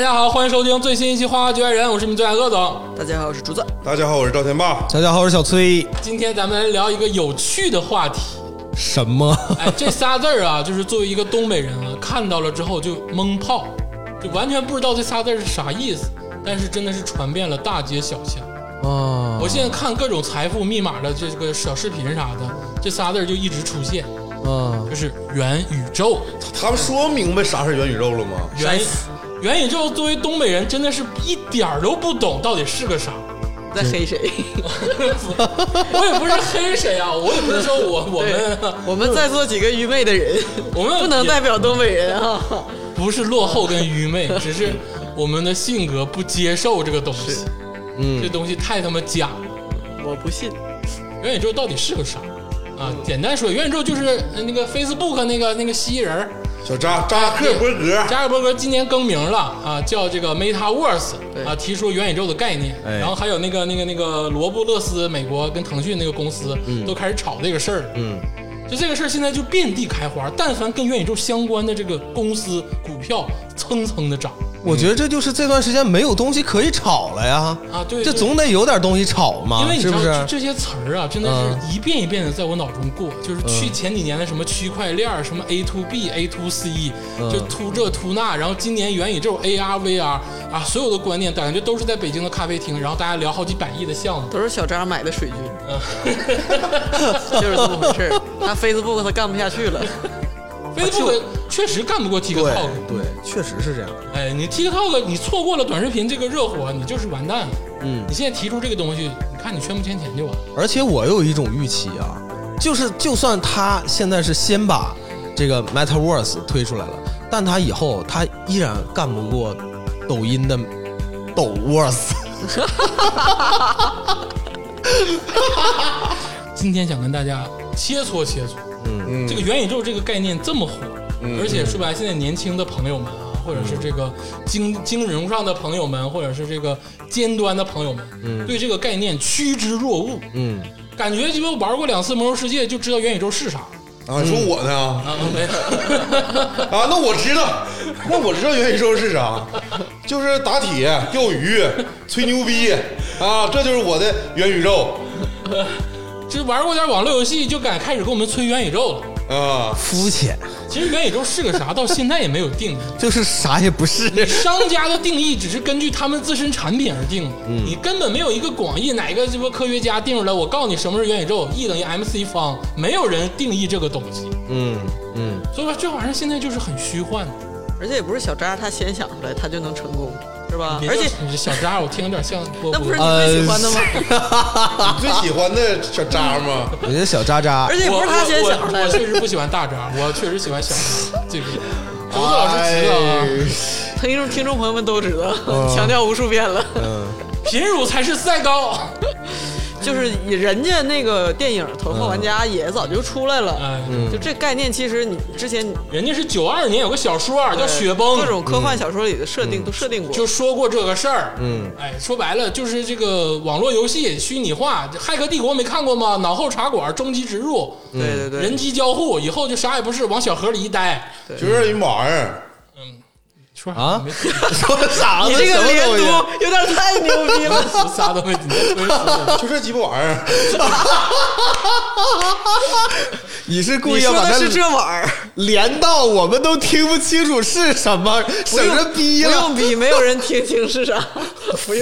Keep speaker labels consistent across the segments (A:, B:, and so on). A: 家好，欢迎收听最新一期《花花局外人》，我是你们最爱鄂总。
B: 大家好，我是竹子。
C: 大家好，我是赵天霸。
D: 大家好，我是小崔。
A: 今天咱们来聊一个有趣的话题。
D: 什么？
A: 哎，这仨字儿啊，就是作为一个东北人啊，看到了之后就懵炮，就完全不知道这仨字儿是啥意思。但是真的是传遍了大街小巷。
D: 啊
A: 我现在看各种财富密码的这个小视频啥的，这仨字儿就一直出现，
D: 啊！
A: 就是元宇宙。
C: 他们说明白啥是元宇宙了吗？
A: 元元宇宙作为东北人，真的是一点儿都不懂到底是个啥。
B: 在黑谁？
A: 我也不是黑谁啊，我也不是说我我们啊
B: 我们在座几个愚昧的人，
A: 我们
B: 不能
A: 也
B: 代表东北人啊。
A: 不是落后跟愚 昧，只是我们的性格不接受这个东西。嗯，这东西太他妈假了。
B: 我不信，
A: 元宇宙到底是个啥？啊，
B: 嗯
A: 简单说，元宇宙就是呃那个 Facebook 那个那个蜥蜴人 儿，
C: 小扎啊扎克伯格，
A: 扎克伯格今年更名了啊，叫这个 MetaVerse
B: 对
A: 啊，提出元宇宙的概念。
D: 哎
A: 然后还有那个那个那个罗布勒斯，美国跟腾讯那个公司、都开始炒这个事儿。嗯，就这个事儿现在就遍地开花，但凡跟元宇宙相关的这个公司股票蹭蹭的涨
D: 我觉得这就是这段时间没有东西可以炒了呀，
A: 啊，对，
D: 这
A: 对
D: 总得有点东西炒嘛
A: 因为，你知道
D: 啊是不
A: 这
D: 是？嗯
A: 这些词儿啊，真的是一遍一遍的在我脑中过，就是去前几年的什么区块链儿，什么 A to B、A to C，就
D: 嗯
A: to 这 to 那，然后今年元宇宙、AR、VR 啊，所有的观念感觉都是在北京的咖啡厅，然后大家聊好几百亿的项目。
B: 都是小张买的水军，就是这么回事儿。他 Facebook 他干不下去了，
A: Facebook 确实干不过 TikTok，
D: 啊对，确实是这样。
A: 哎，你 TikTok 你错过了短视频这个热火，你就是完蛋了。
D: 嗯
A: 你现在提出这个东西，你看你圈不圈钱就完。
D: 而且我有一种预期啊，就是就算他现在是先把这个 MetaVerse 推出来了，但他以后他依然干不过抖音的抖 Verse。
A: 今天想跟大家切磋切磋，嗯，这个元宇宙这个概念这么火，而且说白了，现在年轻的朋友们啊，或者是这个经经融上的朋友们，或者是这个尖端的朋友们，对这个概念趋之若鹜，
D: 嗯，
A: 感觉鸡巴玩过两次《魔兽世界》就知道元宇宙是啥
C: 啊，你说我呢？
A: 啊，没
C: 啊，那我知道，那我知道元宇宙是啥，就是打铁、钓鱼、吹牛逼啊，这就是我的元宇宙
A: 这玩过点网络游戏就敢开始跟我们吹元宇宙了。
C: 啊。
D: 肤浅，
A: 其实元宇宙是个啥，到现在也没有定义。
D: 就是啥也不是。
A: 商家的定义只是根据他们自身产品而定的，你根本没有一个广义哪个这不科学家定出来，我告诉你什么是元宇宙，E 等于 mc 方，没有人定义这个东西，
D: 嗯嗯，
A: 所以说这玩意儿现在就是很虚幻的。
B: 而且也不是小张他先想出来，他就能成功，是吧？
A: 别
B: 啊而且
A: 叫你这小渣，我听有点像波
B: 那
A: 波
B: 不是你最喜欢的吗？
C: 你最喜欢的小扎吗？
D: 我觉得小渣渣
B: 而且也
A: 我
B: 不是他先想出
A: 我我
B: 来
A: 我
B: 的，
A: 确实不喜欢大渣，我确实喜欢小渣。这个猴子老师知道啊，
D: 哎
B: 听众听众朋友们都知道，强调无数遍了。
A: 品乳才是赛高。
B: 就是人家那个电影《头号玩家》也早就出来了，
A: 哎，
B: 就这概念，其实你之前
A: 人家是九二年有个小说啊 叫《雪崩》，
B: 各种科幻小说里的设定都设定过，
A: 就说过这个事儿，嗯，哎，说白了就是这个网络游戏虚拟化，《骇客帝国》没看过吗？脑后茶馆、终极植入、
B: 对对对，
A: 人机交互，以后就啥也不是，往小河里一待。
C: 就是你玩儿，
A: 说啥
D: 啊
A: 没
D: 说啥呢？
B: 你这
D: 什
B: 个
D: 么
B: 连
D: 东西
B: 读有点太牛逼了。
A: 仨都没你在推说
C: 就这鸡巴玩意儿。
D: 你是 故
B: 你
D: 意要
B: 说
D: 把
B: 的
D: 它
B: 是这玩 意儿，
D: 连到我们都听不清楚是什么，省着逼
B: 不
D: 了
B: 用，逼，没有人听清是 啥。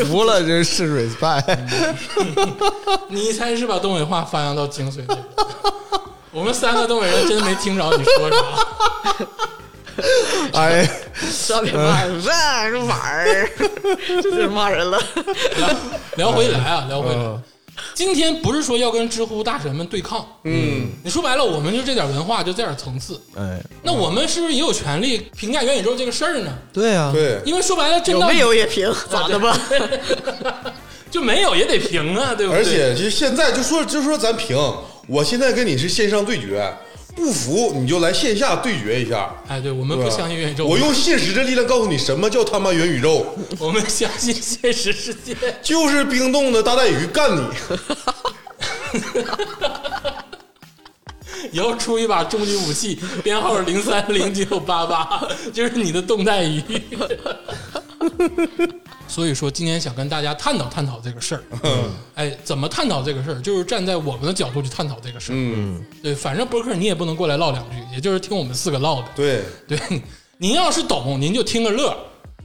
D: 服了，真是 respect。
A: 你才是把东北话发扬到精髓的 人。我们三个东北人真没听着你说啥。
D: 哎，
B: 小品骂人，这玩意儿， 这就是骂人了。
A: 聊回来啊，聊回来。今天不是说要跟知乎大神们对抗，嗯，你说白了，我们就这点文化，就这点层次。
D: 哎，
A: 那我们是不是也有权利评价元宇宙这个事儿呢？
D: 对啊，
C: 对，
A: 因为说白了，真
B: 有
A: 到
B: 没有也平， 咋的吧？
A: 就没有也得评啊，对不对？
C: 而且就现在就说就说咱平，我现在跟你是线上对决，不服你就来线下对决一下。
A: 哎，对，我们不相信元宇宙，
C: 啊我用现实的力量告诉你，什么叫他妈元宇宙，
A: 我们相信现实世界。
C: 就是冰冻的大带鱼干你。
A: 以后出一把终极武 器，编号零三零九八八，就是你的动态鱼。 所以说，今天想跟大家探讨探讨这个事儿。哎，怎么探讨这个事儿？就是站在我们的角度去探讨这个事儿。
C: 嗯，
A: 对，反正播客你也不能过来唠两句，也就是听我们四个唠的。
C: 对，
A: 对，您要是懂，您就听个乐；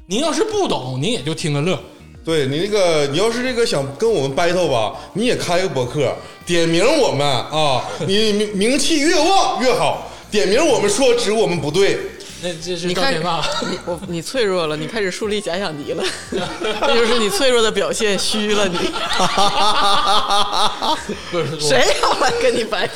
A: 您要是不懂，您也就听个乐。
C: 对你那个，你要是这个想跟我们 battle 吧，你也开个博客，点名我们啊，你名名气越旺越好。点名我们说指我们不对，
A: 那这是
B: 你
A: 赵
B: 看
A: 天霸，
B: 你我你脆弱了，你开始树立假想 敌了，这就是你脆弱的表现，虚了 你。
A: 不是我
B: 谁要来跟你掰？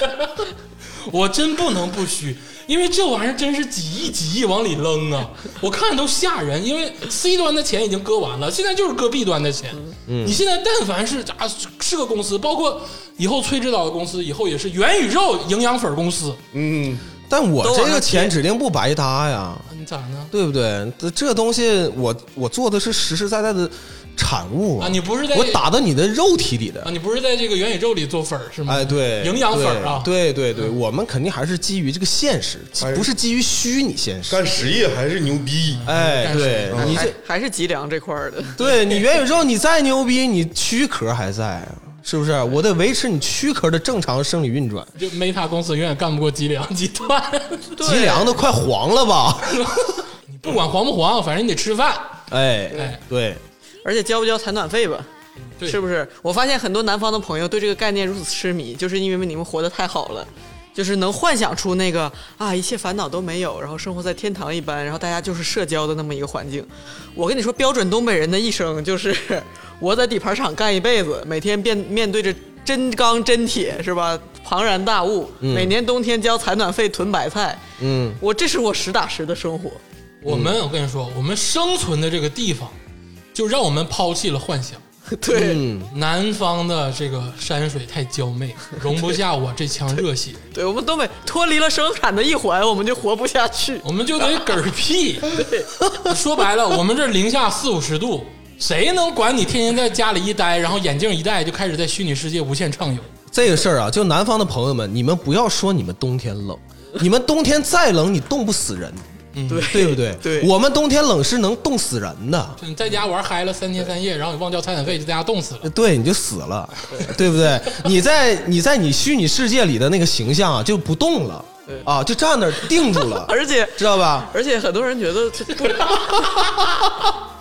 A: 我真不能不虚，因为这玩意儿真是几亿几亿往里扔啊！我看着都吓人，因为 C 端的钱已经割完了，现在就是割 B 端的钱。
D: 嗯
A: 你现在但凡是啊是个公司，包括以后崔指导的公司，以后也是元宇宙营养粉公司，啊
C: 嗯，
D: 但我
B: 都往
D: 这
B: 上
D: 个钱
B: 贴
D: 指定不白搭呀，
A: 你咋呢？
D: 对不对？这这东西我我做的是实实在在的产物
A: 啊，你不是在
D: 我打到你的肉体里的
A: 啊，。你不是在这个元宇宙里做粉儿是吗？
D: 哎，对，
A: 营养粉儿啊，
D: 对对对对，我们肯定还是基于这个现实，基
C: 哎
D: 不是基于虚拟现实。
C: 干实业还是牛逼。
D: 哎，
A: 干
D: 对你这，
B: 还是脊梁这块儿的，
D: 对你元宇宙你再牛逼，你躯壳还在啊，是不是？我得维持你躯壳的正常生理运转。
A: 这 Meta 公司永远干不过脊梁 集团，
D: 脊梁都快黄了吧？
A: 你不管黄不黄，反正你得吃饭。
D: 哎
A: 哎，
D: 对，
B: 而且交不交采暖费吧？
A: 对
B: 是不是？我发现很多南方的朋友对这个概念如此痴迷，就是因为你们活得太好了，就是能幻想出那个啊，一切烦恼都没有，然后生活在天堂一般，然后大家就是社交的那么一个环境。我跟你说，标准东北人的一生就是 我在底盘厂干一辈子，每天面面对着真钢真铁，是吧？庞然大物，每年冬天交采暖费囤白菜，
D: 嗯，
B: 我这是我实打实的生活。
A: 我们，我跟你说，我们生存的这个地方，就让我们抛弃了幻想。
B: 对、
A: 南方的这个山水太娇媚，容不下我这腔热血，
B: 对，我们东北脱离了生产的一环，我们就活不下去。
A: 我们就得嗝屁。说白了，我们这零下四五十度，谁能管你天天在家里一待，然后眼镜一戴就开始在虚拟世界无限畅游？
D: 这个事儿啊，就南方的朋友们，你们不要说你们冬天冷，你们冬天再冷，你冻不死人，
B: 对
D: 对不对？
B: 对
D: 我们冬天冷是能冻死人的。
A: 就你在家玩嗨了三天三夜，然后你忘交采暖费，就在家冻死了。
D: 对，你就死了，对不对？你在你在你虚拟世界里的那个形象啊，就不动了，啊，就站那儿定住了，
B: 而且
D: 知道吧？
B: 而且很多人觉得这不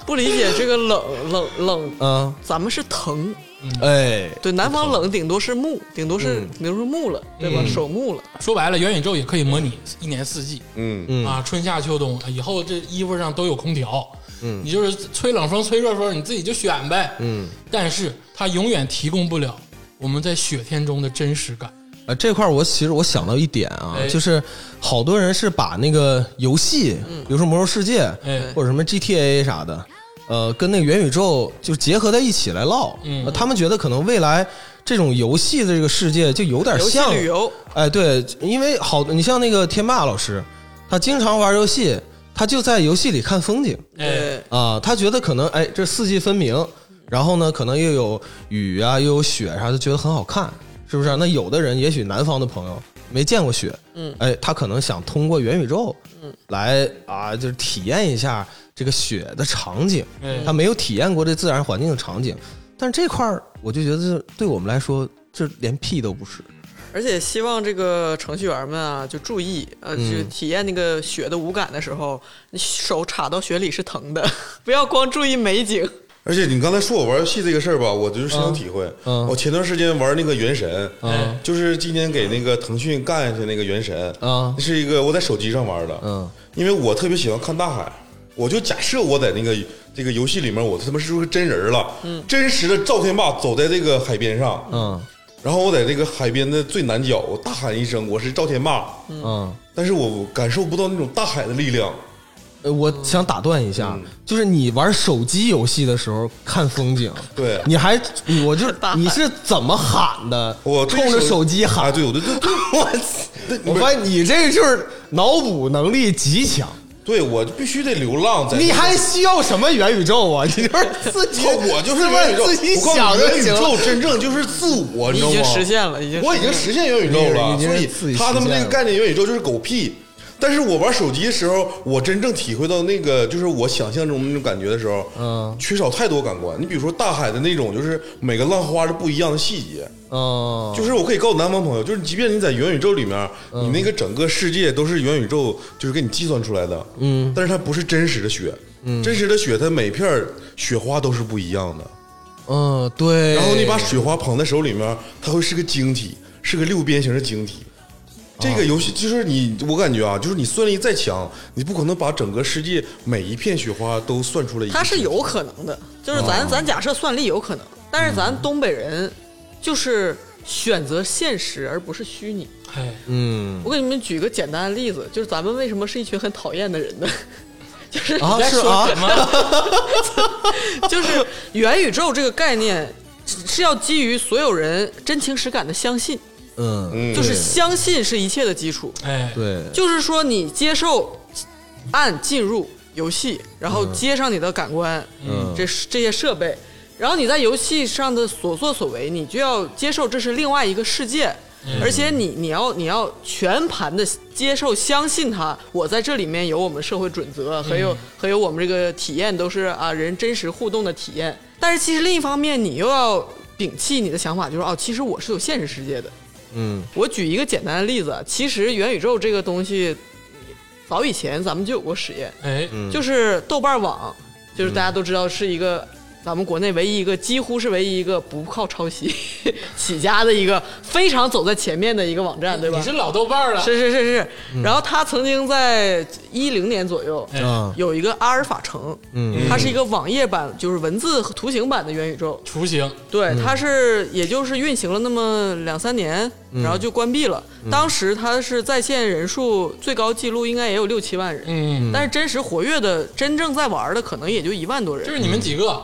B: 不理解这个冷冷冷，
D: 嗯，
B: 咱们是疼，
D: 哎，
B: 对，南方冷顶多是木，顶多是、顶多是木了，对吧？手木了，
A: 说白了，元宇宙也可以模拟一年四季，
C: 嗯
D: 嗯
A: 啊，春夏秋冬，以后这衣服上都有空调，嗯，你就是吹冷风、吹热风，你自己就选呗，嗯。但是它永远提供不了我们在雪天中的真实感，
D: 啊，这块儿我其实我想到一点啊，
A: 哎
D: 就是好多人是把那个游戏，比如说《魔兽世界》
A: 嗯哎
D: 或者什么 GTA 啥的，呃，跟那个元宇宙就结合在一起来唠。
A: 嗯
D: 呃他们觉得可能未来这种游戏的这个世界就有点
B: 游戏
D: 像
B: 旅游，
D: 哎，对，因为好，你像那个天霸老师，他经常玩游戏，他就在游戏里看风景
A: 哎，
B: 对，
D: 啊、他觉得可能哎这四季分明，然后呢可能又有雨啊又有雪啥的，觉得很好看，是不是啊、那有的人也许南方的朋友没见过雪，
B: 嗯，
D: 哎，他可能想通过元宇宙，嗯，来啊就是体验一下这个雪的场景，
A: 哎
D: 他没有体验过这自然环境的场景，但是这块儿我就觉得这对我们来说这连屁都不是，
B: 而且希望这个程序员们啊，就注意，呃，就体验那个雪的无感的时候，你手插到雪里是疼的， 不要光注意美景。
C: 而且你刚才说我玩游戏这个事儿吧，我就是深有体会。
D: 嗯
C: 我前段时间玩那个《原神》，
A: 嗯
C: 就是今年给那个腾讯干下去那个《原神》，
D: 嗯
C: 那是一个我在手机上玩的，
D: 嗯，
C: 因为我特别喜欢看大海，我就假设我在那个这个游戏里面，我他妈是不是真人了？嗯，真实的赵天霸走在这个海边上，
D: 嗯
C: 然后我在这个海边的最南角，我大喊一声：“我是赵天霸！”
D: 嗯。
C: 但是我感受不到那种大海的力量。
D: 呃，我想打断一
C: 嗯
D: 下，就是你玩手机游戏的时候看风景，
C: 对
D: 你还你我就
B: 大喊
D: 你是怎么喊的？
C: 我对
D: 冲着手机
C: 啊，
D: 喊，
C: 对，我对对对，
D: 我我发现你这就是脑补能力极强，
C: 对我必须得流浪在那个。
D: 你还需要什么元宇宙啊？ 你就是自己，
C: 哦我就是元宇宙，
D: 自己
C: 我告
D: 想
C: 诉你，
D: 就
C: 元宇
D: 行
C: 宙
D: 了。
C: 真正就是自我，
B: 你
C: 你知道
B: 已
C: 吗？
B: 经实现了，已经
C: 我已经实现元宇宙了，
D: 已经
C: 所以
D: 自己
C: 他他
D: 实
C: 们
D: 现
C: 这
D: 了
C: 个概念元宇宙就是狗屁。但是我玩手机的时候，我真正体会到那个就是我想象中的那种感觉的时候，
D: 嗯
C: 缺少太多感官。你比如说大海的那种，就是每个浪花是不一样的细节。
D: 嗯，
C: 就是我可以告诉南方朋友，就是即便你在元宇宙里面，你那个整个世界都是元宇宙就是给你计算出来的，嗯，但是它不是真实的雪，嗯，真实的雪它每片儿雪花都是不一样的，
D: 嗯对。
C: 然后你把雪花捧在手里面，它会是个晶体，是个六边形的晶体。这个游戏就是你，我感觉啊，就是你算力再强，你不可能把整个世界每一片雪花都算出来一个。
B: 它是有可能的，就是
D: 哦
B: 咱、咱假设算力有可能，但是
D: 嗯
B: 咱东北人就是选择现实而不是虚拟。
A: 哎，
D: 嗯
B: 我给你们举个简单的例子，就是咱们为什么是一群很讨厌的人呢？ 就是
D: 啊
A: 在
D: 是
A: 说
D: 啊
A: 什么？
B: 就是元宇宙这个概念是是要基于所有人真情实感的相信，
D: 嗯
C: 嗯，
B: 就是相信是一切的基础。
A: 哎，
D: 对，
B: 就是说你接受按进入游戏，然后接上你的感官，
D: 嗯
B: 这这些设备，然后你在游戏上的所作所为，你就要接受这是另外一个世界。
D: 嗯
B: 而且你你要你要全盘的接受相信它，我在这里面有我们社会准则，还
D: 嗯
B: 有、还有我们这个体验都是啊人真实互动的体验。但是其实另一方面，你又要摒弃你的想法，就是哦，其实我是有现实世界的，
D: 嗯
B: 我举一个简单的例子，啊，其实元宇宙这个东西，早以前咱们就有过实验，
A: 哎，
B: 就是豆瓣网，就是大家都知道是一个咱们国内唯一一个，几乎是唯一一个不靠抄袭 起家的一个非常走在前面的一个网站，对吧
A: 你？是老豆瓣儿了，
B: 哎是是是是。然后他曾经在一零年左右
A: 哎
D: 啊
B: 有一个阿尔法城，
D: 嗯
B: 它是一个网页版，就是文字和图形版的元宇宙。
A: 雏形，
B: 对，它是也就是运行了那么两三年，然后就关闭了。当时它是在线人数最高记录应该也有六七万人，
A: 嗯，
B: 但是真实活跃的、真正在玩的可能也就一万多
A: 就
B: 人，
A: 是你们几个，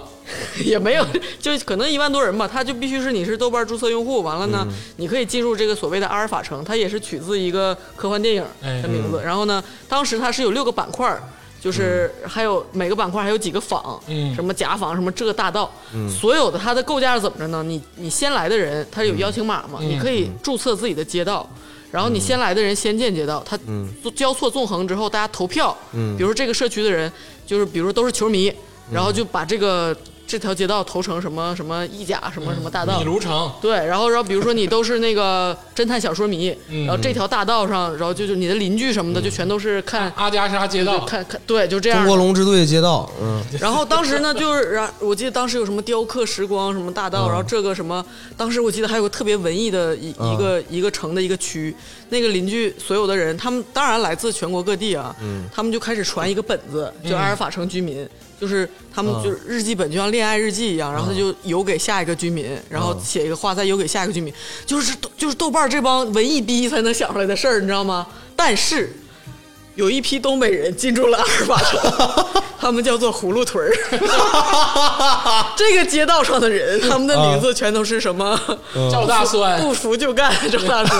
B: 也没有，就可能一万多人吧。它就必须是你是豆瓣注册用户，完了呢，
A: 嗯
B: 你可以进入这个所谓的阿尔法城，它也是取自一个科幻电影
A: 哎
B: 的名字。嗯然后呢，当时它是有六个板块儿。就是还有每个板块还有几个坊，
A: 嗯
B: 什么甲坊，什么这个大道，所有的它的构架是怎么着呢？你你先来的人，他有
A: 嗯
B: 邀请码嘛，你可以注册自己的街道，然后你先来的人先建街道，它交错纵横之后，大家投票，比如说这个社区的人，就是比如说都是球迷，然后就把这个这条街道投成什么什么意甲什么什么大道
A: 米，卢城，
B: 对，然后然后比如说你都是那个 侦探小说迷，
A: 嗯
B: 然后这条大道上，然后就就你的邻居什么的，就全都是看。
A: 阿加莎街
B: 就
A: 道，
B: 看看对，就这样
D: 中。国龙之队街道，嗯
B: 然后当时呢，就是然，我记得当时有什么雕刻时光什么大道，然后这个什么，当时我记得还有个特别文艺的一一个一个城的一个区，那个邻居所有的人，他们当然来自全国各地啊，他们就开始传一个本子，就阿尔法城居民。就是他们就是日记本就像恋爱日记一样，然后他就邮给下一个居民，然后写一个话再邮给下一个居民，就是豆就是豆瓣儿这帮文艺逼才能想出来的事儿，你知道吗？但是有一批东北人进驻了阿尔法城，他们叫做葫芦屯儿。 这个街道上的人，他们的名字全都是什么？
A: 赵大酸，
B: 不服就干，这么大说，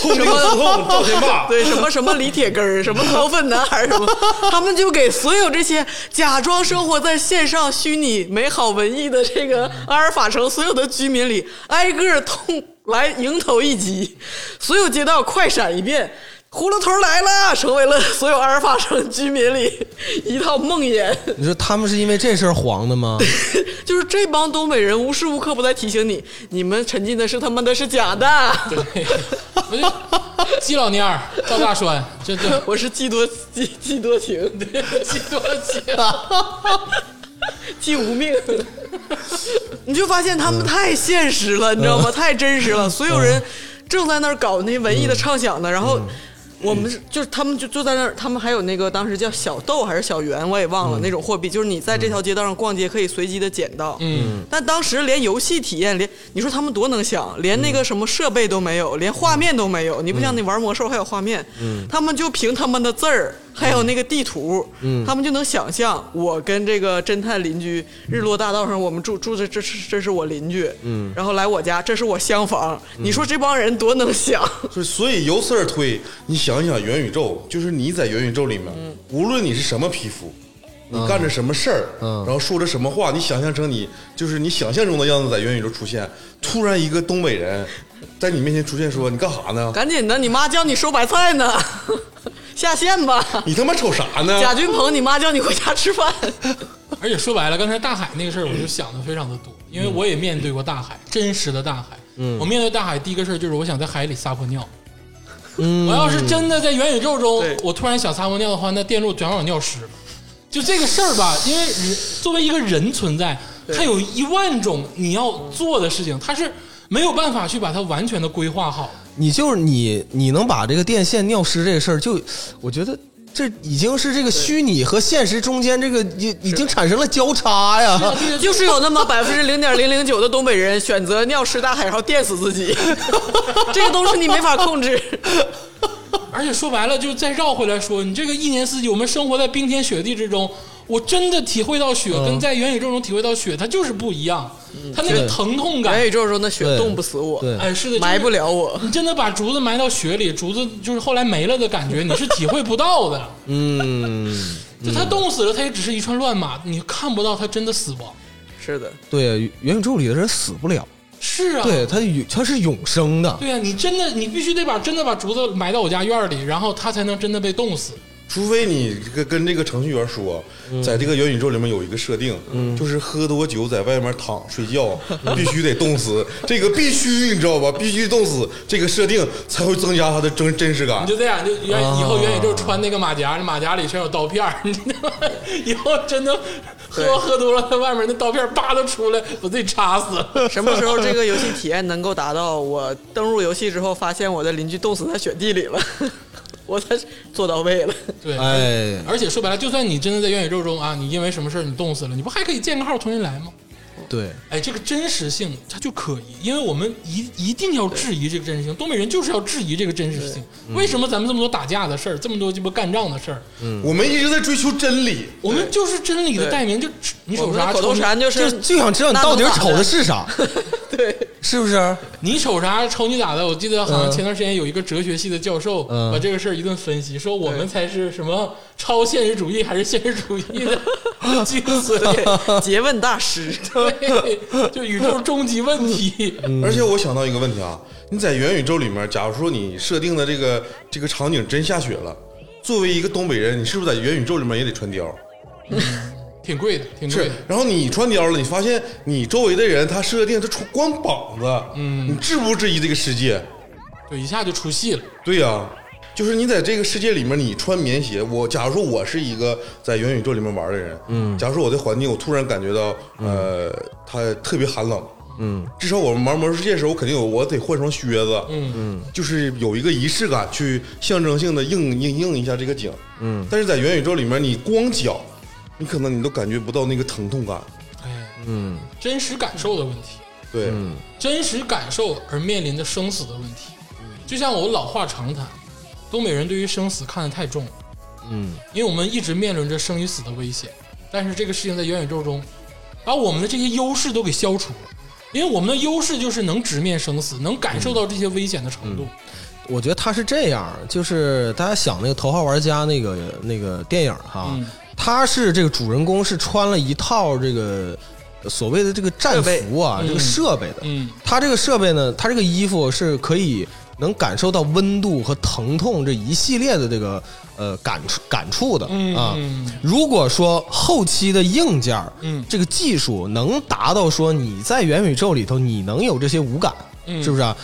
B: 什
C: 痛定
B: 么
C: 思痛，赵天霸，
B: 对什么什么李铁根儿，什么掏粪男孩儿，什么，他们就给所有这些假装生活在线上虚拟美好文艺的这个阿尔法城所有的居民里，挨个儿痛来迎头一击，所有街道快闪一遍。葫芦头儿来了，成为了所有阿尔法城居民里一套梦魇。
D: 你说他们是因为这事儿黄的吗？
B: 就是这帮东北人无时无刻不在提醒你，你们沉浸的是他妈的是假的。
A: 不是基老蔫儿，赵大栓，这 这
B: 我是季多季季多情，
A: 基多基，
B: 季无命。嗯你就发现他们太现实了，你知道吗？太真实了，所有人正在那儿搞那文艺的畅想呢，然后。我们是就是他们就就在那儿，他们还有那个当时叫小豆还是小圆，我也忘了、那种货币，就是你在这条街道上逛街可以随机的捡到。
A: 嗯，
B: 但当时连游戏体验，连你说他们多能想，连那个什么设备都没有，连画面都没有。你不像那玩魔兽还有画面，他们就凭他们的字儿，还有那个地图，他们就能想象我跟这个侦探邻居日落大道上，我们住住这这是这是我邻居，然后来我家，这是我厢房。你说这帮人多能 想？
C: 所以所以由此而推，你想一想元宇宙，就是你在元宇宙里面，
B: 嗯
C: 无论你是什么皮肤，你干着什么事儿，
B: 嗯
C: 然后说着什么话，你想象成你就是你想象中的样子在元宇宙出现，突然一个东北人在你面前出现说你干啥呢？
B: 赶紧的，你妈叫你收白菜呢， 下线吧。
C: 你他妈瞅啥呢？
B: 贾俊鹏，你妈叫你回家吃 饭。
A: 而且说白了，刚才大海那个事儿，我
B: 嗯
A: 就想的非常的多，因为我也面对过大海，真实的大海。
B: 嗯
A: 我面对大海第一个事儿就是我想在海里撒泡尿。我要是真的在元宇宙中
B: 嗯对，
A: 我突然想撒泡尿的话，那电路全让我尿湿了。就这个事儿吧，因为人作为一个人存在，他有一万种你要做的事情，他是没有办法去把它完全的规划好。
D: 你就是你，你能把这个电线尿湿这个事儿，就我觉得这已经是这个虚拟和现实中间这个已已经产生了交叉呀。
B: 就是有那么百分之零点零零九的东北人选择尿湿大海，然后电死自己， 这个东西你没法控制。
A: 而且说白了，就再绕回来说，你这个一年四季，我们生活在冰天雪地之中，我真的体会到雪，跟在元宇宙中体会到雪，它就是不一样，它那个
D: 嗯对
A: 疼痛
D: 哎
B: 元
A: 感，
B: 宇宙中的雪
D: 对
B: 冻不死我，
D: 对
A: 哎，是的，
B: 埋不
A: 了。
B: 了我。
A: 你真的把竹子埋到雪里，竹子就是后来没了的感觉，你是体会不到的。
D: 嗯，
A: 就它冻死了，它也只是一串乱麻，你看不到它真的死亡。
B: 是的，
D: 对，元宇宙里的人死不了，
A: 是啊，
D: 对，他永他是永生的。
A: 对啊，你真的，你必须得把真的把竹子埋到我家院儿里，然后它才能真的被冻死。
C: 除非你跟跟这个程序员说，在这个元宇宙里面有一个设定，就是喝多酒在外面躺睡觉， 必须得冻死，这个必须你知道吧？必须冻死，这个设定才会增加它的真真实感
A: 你。就这样，就元
B: 哦
A: 以后元宇宙穿那个马甲，马甲里全有刀片儿， 你他妈以后真的喝喝多了，在外面那刀片儿叭都出来，把自己插死了。
B: 什么时候这个游戏体验能够达到我登入游戏之后，发现我的邻居冻死在雪地里了， 我才做到位了。
A: 对，
D: 哎，
A: 而且说白了，就算你真的在元宇宙中啊，你因为什么事儿你冻死了，你不还可以建个号重新来吗？
D: 对，
A: 哎，这个真实性它就可疑，因为我们一一定要质疑这个真实性。东北人就是要质疑这个真实性。为
B: 嗯
A: 什么咱们这么多打架的事儿，这么多鸡巴干仗的事儿？
C: 我们一直在追求真理，
A: 我们就是真理的代名，就你
B: 我
A: 瞅
B: 们的
A: 啥
B: 口头
A: 瞅你
B: 禅就
D: 就是就想知道你
B: 那
D: 到底
B: 能咋
D: 瞅的
B: 的
D: 是啥，
B: 对，
D: 是不是？
A: 你瞅啥，瞅你咋的？我记得好像
D: 嗯
A: 前段时间有一个哲学系的教授
D: 嗯
A: 把这个事儿一顿分析，说我们才是什么超现实主义还是现实主义的精髓？
B: 诘问大 师，
A: 对，就宇宙终极问题。
C: 而且我想到一个问题啊，你在元宇宙里面，假如说你设定的这个这个场景真下雪了，作为一个东北人，你是不是在元宇宙里面也得穿貂？
A: 挺贵的，挺贵
C: 是
A: 的。，
C: 然后你穿貂了，你发现你周围的人他设定他穿光膀子，嗯，你质不质疑这个世界？
A: 对，一下就出戏了。
C: 对呀、就是你在这个世界里面，你穿棉鞋。我假如说我是一个在元宇宙里面玩的人，嗯，假如说我的环境我突然感觉到，呃，它特别寒冷，嗯，至少我玩魔兽世界的时候，我肯定有我得换双靴子，嗯嗯，就是有一个仪式感，去象征性的应应应一下这个景，嗯。但是在元宇宙里面，你光脚，你可能你都感觉不到那个疼痛感，
A: 哎，嗯，真实感受的问题，
C: 对，
A: 真实感受而面临的生死的问题。就像我老话常谈，东北人对于生死看得太重了。嗯，因为我们一直面临着生与死的危险，但是这个事情在元宇宙中，把我们的这些优势都给消除了。因为我们的优势就是能直面生死，能感受到这些危险的程度。
D: 我觉得他是这样，就是大家想那个《头号玩家》那个那个电影哈，
A: 嗯
D: 他是这个主人公是穿了一套这个所谓的这个战服啊，这个设备的。
A: 嗯
D: 他这个设备呢，他这个衣服是可以能感受到温度和疼痛这一系列的这个呃感触感触的
A: 嗯
D: 啊。
A: 嗯
D: 如果说后期的硬件，
A: 嗯
D: 这个技术能达到说你在元宇宙里头你能有这些五感，
A: 嗯
D: 是不是啊？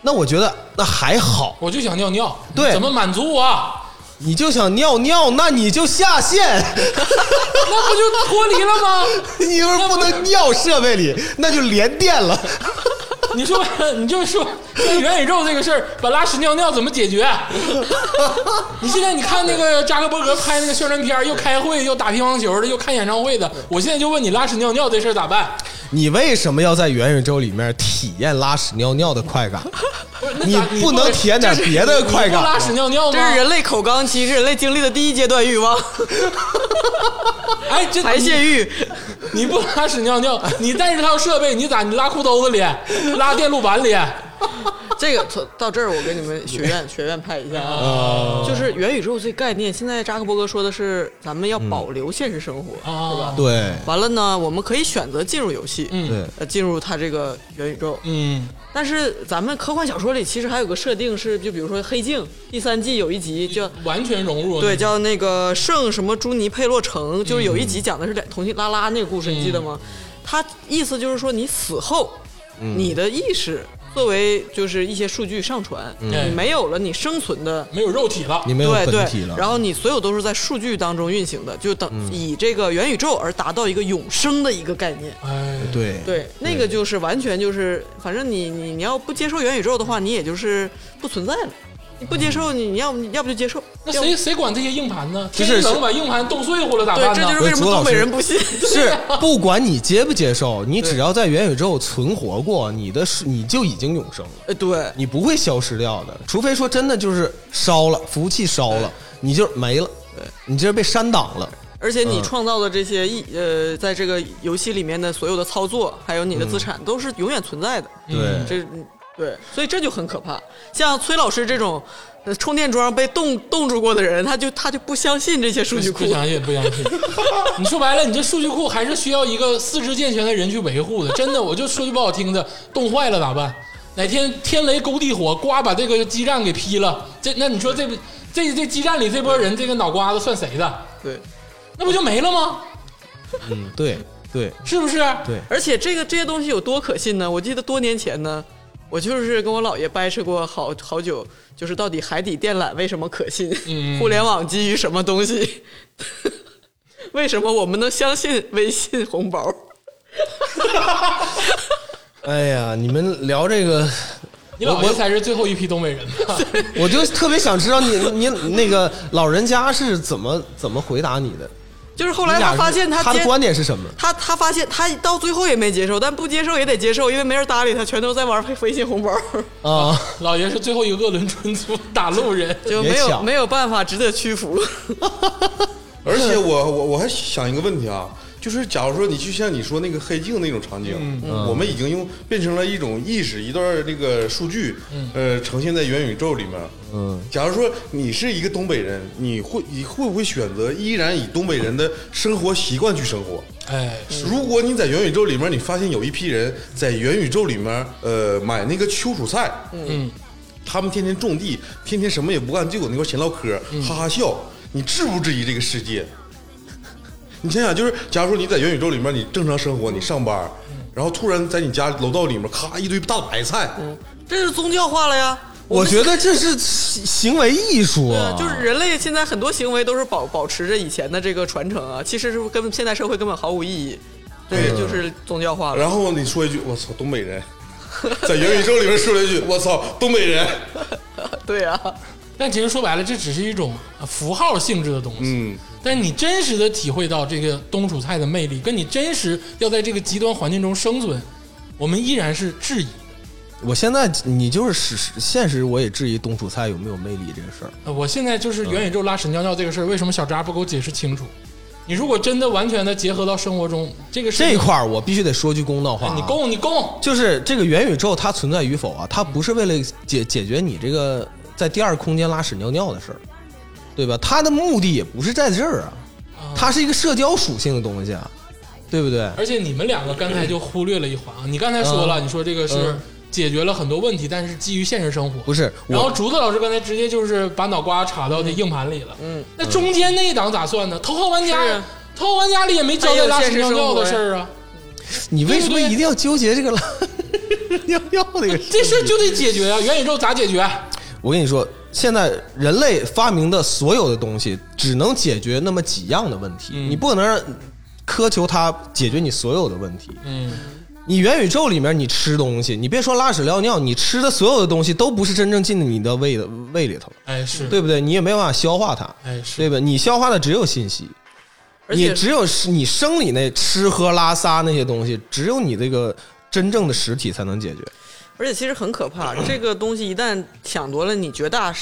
D: 那我觉得那还好，
A: 我就想尿尿，
D: 对
A: 你怎么满足我、啊
D: 你就想尿尿，那你就下线，
A: 那不就脱离了吗？
D: 你又不能尿设备里，那就连电了。
A: 你说， 你就说这元宇宙这个事儿，把拉屎尿尿怎么解决？啊 你现在你看那个扎克伯格拍那个宣传片儿，又开会，又打乒乓球的，又看演唱会的。我现在就问你，拉屎尿尿这事儿咋办？
D: 你为什么要在元宇宙里面体验拉屎尿尿的快感？你不能体验点别的快
A: 你不拉
D: 感？
A: 屎尿尿吗？
B: 这是人类口肛期，是人类经历的第一阶段欲 望
A: 哎，这
B: 排泄欲。
A: 你不拉屎尿尿，你带着套设备，你咋你拉裤兜子里，拉电路板里？
B: 这个从到这儿，我给你们学 院学院派一下啊，就是元宇宙这概念，现在扎克伯格说的是咱们要保留现实生活，
A: 啊，
B: 是吧？
D: 对
B: 完了呢，我们可以选择进入游戏，
A: 嗯
D: 对，
B: 呃，进入它这个元宇宙。
A: 嗯
B: 但是咱们科幻小说里其实还有个设定是，就比如说《黑镜》第三季有一集
A: 嗯
B: 叫。
A: 完全融入
B: 对，叫那个圣什么朱尼佩洛城，就是有一集讲的是两同性拉拉那个故事，你记得
A: 嗯
B: 吗？他意思就是说，你死后，你的意识作为就是一些数据上传，你没有了你生存的。
A: 没有肉体了，
D: 你没有
B: 对
D: 本
B: 对
D: 体了，，嗯
B: 然后你所有都是在数据当中运行的，就等以这个元宇宙而达到一个永生的一个概念。
A: 哎，
D: 对
B: 对，那个就是完全就是，反正你你你要不接受元宇宙的话，你也就是不存在了。你不接受，你你要你要不就接受，
A: 那
B: 要不
A: 谁谁管这些硬盘呢？
D: 就
A: 天
D: 是
A: 一冷把硬盘冻碎乎了咋
B: 对，
A: 办
B: 这就是
A: 呢？
B: 为什么
D: 喂
B: 东北 人不信。
D: 是不管你接不接受，你只要在元宇宙存活过，你的是你就已经永生了。
B: 呃，对，
D: 你不会消失掉的，除非说真的就是烧了，服务器烧了，你就没了，你这被删档了，
B: 而且你
D: 嗯
B: 创造的这些意呃，在这个游戏里面的所有的操作，还有你的资
D: 嗯
B: 产，都是永远存在的。
D: 对
B: 这对，所以这就很可怕。像崔老师这种。呃充电桩被冻冻住过的人，他就他就不相信这些数据库
A: 不。相信，不相信。 你说白了，你这数据库还是需要一个四肢健全的人去维护的。真的，我就说句不好听的，冻坏了咋办？哪天天雷勾地火，呱把这个基站给劈了，这那你说这这这基站里这波人这个脑瓜子算谁的？
B: 对，
A: 那不就没了吗？
D: 嗯，对对
A: 是不是？
D: 对，
B: 而且这个这些东西有多可信呢？我记得多年前呢，我就是跟我姥爷掰扯过好好久，就是到底海底电缆为什么可信？
A: 嗯
B: 互联网基于什么东西？ 为什么我们能相信微信红包？
D: 哎呀，你们聊这个，
A: 你姥爷才是最后一批东北人吧？
D: 我就特别想知道你你那个老人家是怎么怎么回答你的。
B: 就是后来他发现
D: 他
B: 他接
D: 的观点是什么？
B: 他他发现他到最后也没接受，但不接受也得接受，因为没人搭理他，全都在玩微信红包，
D: 啊、
A: 姥爷是最后一个伦敦族打路人，
B: 就没
D: 别
B: 有
D: 想
B: 没有办法，只得屈服了。
C: 而且我我我还想一个问题啊，就是假如说你就像你说那个黑镜那种场景，我们已经用变成了一种意识，一段那个数据，呃，呈现在元宇宙里面。嗯，假如说你是一个东北人，你会你会不会选择依然以东北人的生活习惯去生活？
A: 哎，
D: 嗯
C: 如果你在元宇宙里面，你发现有一批人在元宇宙里面，呃，买那个秋薯菜，
A: 嗯，
C: 他们天天种地，天天什么也不干，就搁那块闲唠嗑，
D: 嗯
C: 哈哈笑，你质不质疑这个世界？你想想，就是假如说你在元宇宙里面，你正常生活，你上班，
D: 嗯
C: 然后突然在你家楼道里面，咔一堆大白菜，
D: 嗯
B: 这是宗教化了呀！
D: 我
B: 们
D: 觉得这是行行为艺术
B: 对啊，，
D: 啊
B: 就是人类现在很多行为都是保保持着以前的这个传承啊，其实是跟现代社会根本毫无意义。
D: 嗯
B: 对，就是宗教化了。
C: 然后你说一句“我操，东北人”，在元宇宙里面说了一句“我操，东北人
B: 对啊，
A: 但其实说白了，这只是一种呃符号性质的东西。
C: 嗯，
A: 但你真实的体会到这个冬储菜的魅力，跟你真实要在这个极端环境中生存，我们依然是质疑的。
D: 我现在你就是实现实，我也质疑冬储菜有没有魅力这个事儿。
A: 呃我现在就是元宇宙拉神尿尿这个事儿，为什么小扎不给我解释清楚？你如果真的完全的结合到生活中，这个事
D: 这一块儿我必须得说句公道话、
A: 哎
D: 啊，
A: 你供你供，
D: 就是这个元宇宙它存在与否啊，它不是为了解解决你这个在第二空间拉屎尿尿的事儿，对吧？它的目的也不是在这儿啊，它是一个社交属性的东西啊，对不对？
A: 而且你们两个刚才就忽略了一环啊，你刚才说了，
D: 嗯
A: 你说这个是
D: 嗯
A: 解决了很多问题，但是基于现实生活
D: 不。是
A: 然后
D: 我，
A: 竹子老师刚才直接就是把脑瓜插到那硬盘里了。嗯，那中间那一档咋算呢？头号玩家
B: 是啊，
A: 头号玩家里也没交代拉屎尿尿的事儿啊，
D: 你为什么
A: 对不对
D: 一定要纠结这 个拉尿尿这个事？
A: 这事儿就得解决啊！元宇宙咋解决？
D: 我跟你说，现在人类发明的所有的东西，只能解决那么几样的问题，
A: 嗯
D: 你不能让苛求它解决你所有的问题。
A: 嗯，
D: 你元宇宙里面你吃东西，你别说拉屎尿尿，你吃的所有的东西都不是真正进你的胃的胃里头，
A: 哎是，
D: 对不对？你也没有办法消化它，
A: 哎是
D: 对吧？你消化的只有信息，
B: 而
D: 你
B: 且
D: 只有你生理那吃喝拉撒那些东西，只有你这个真正的实体才能解决。
B: 而且其实很可怕，这个东西一旦抢夺了你绝大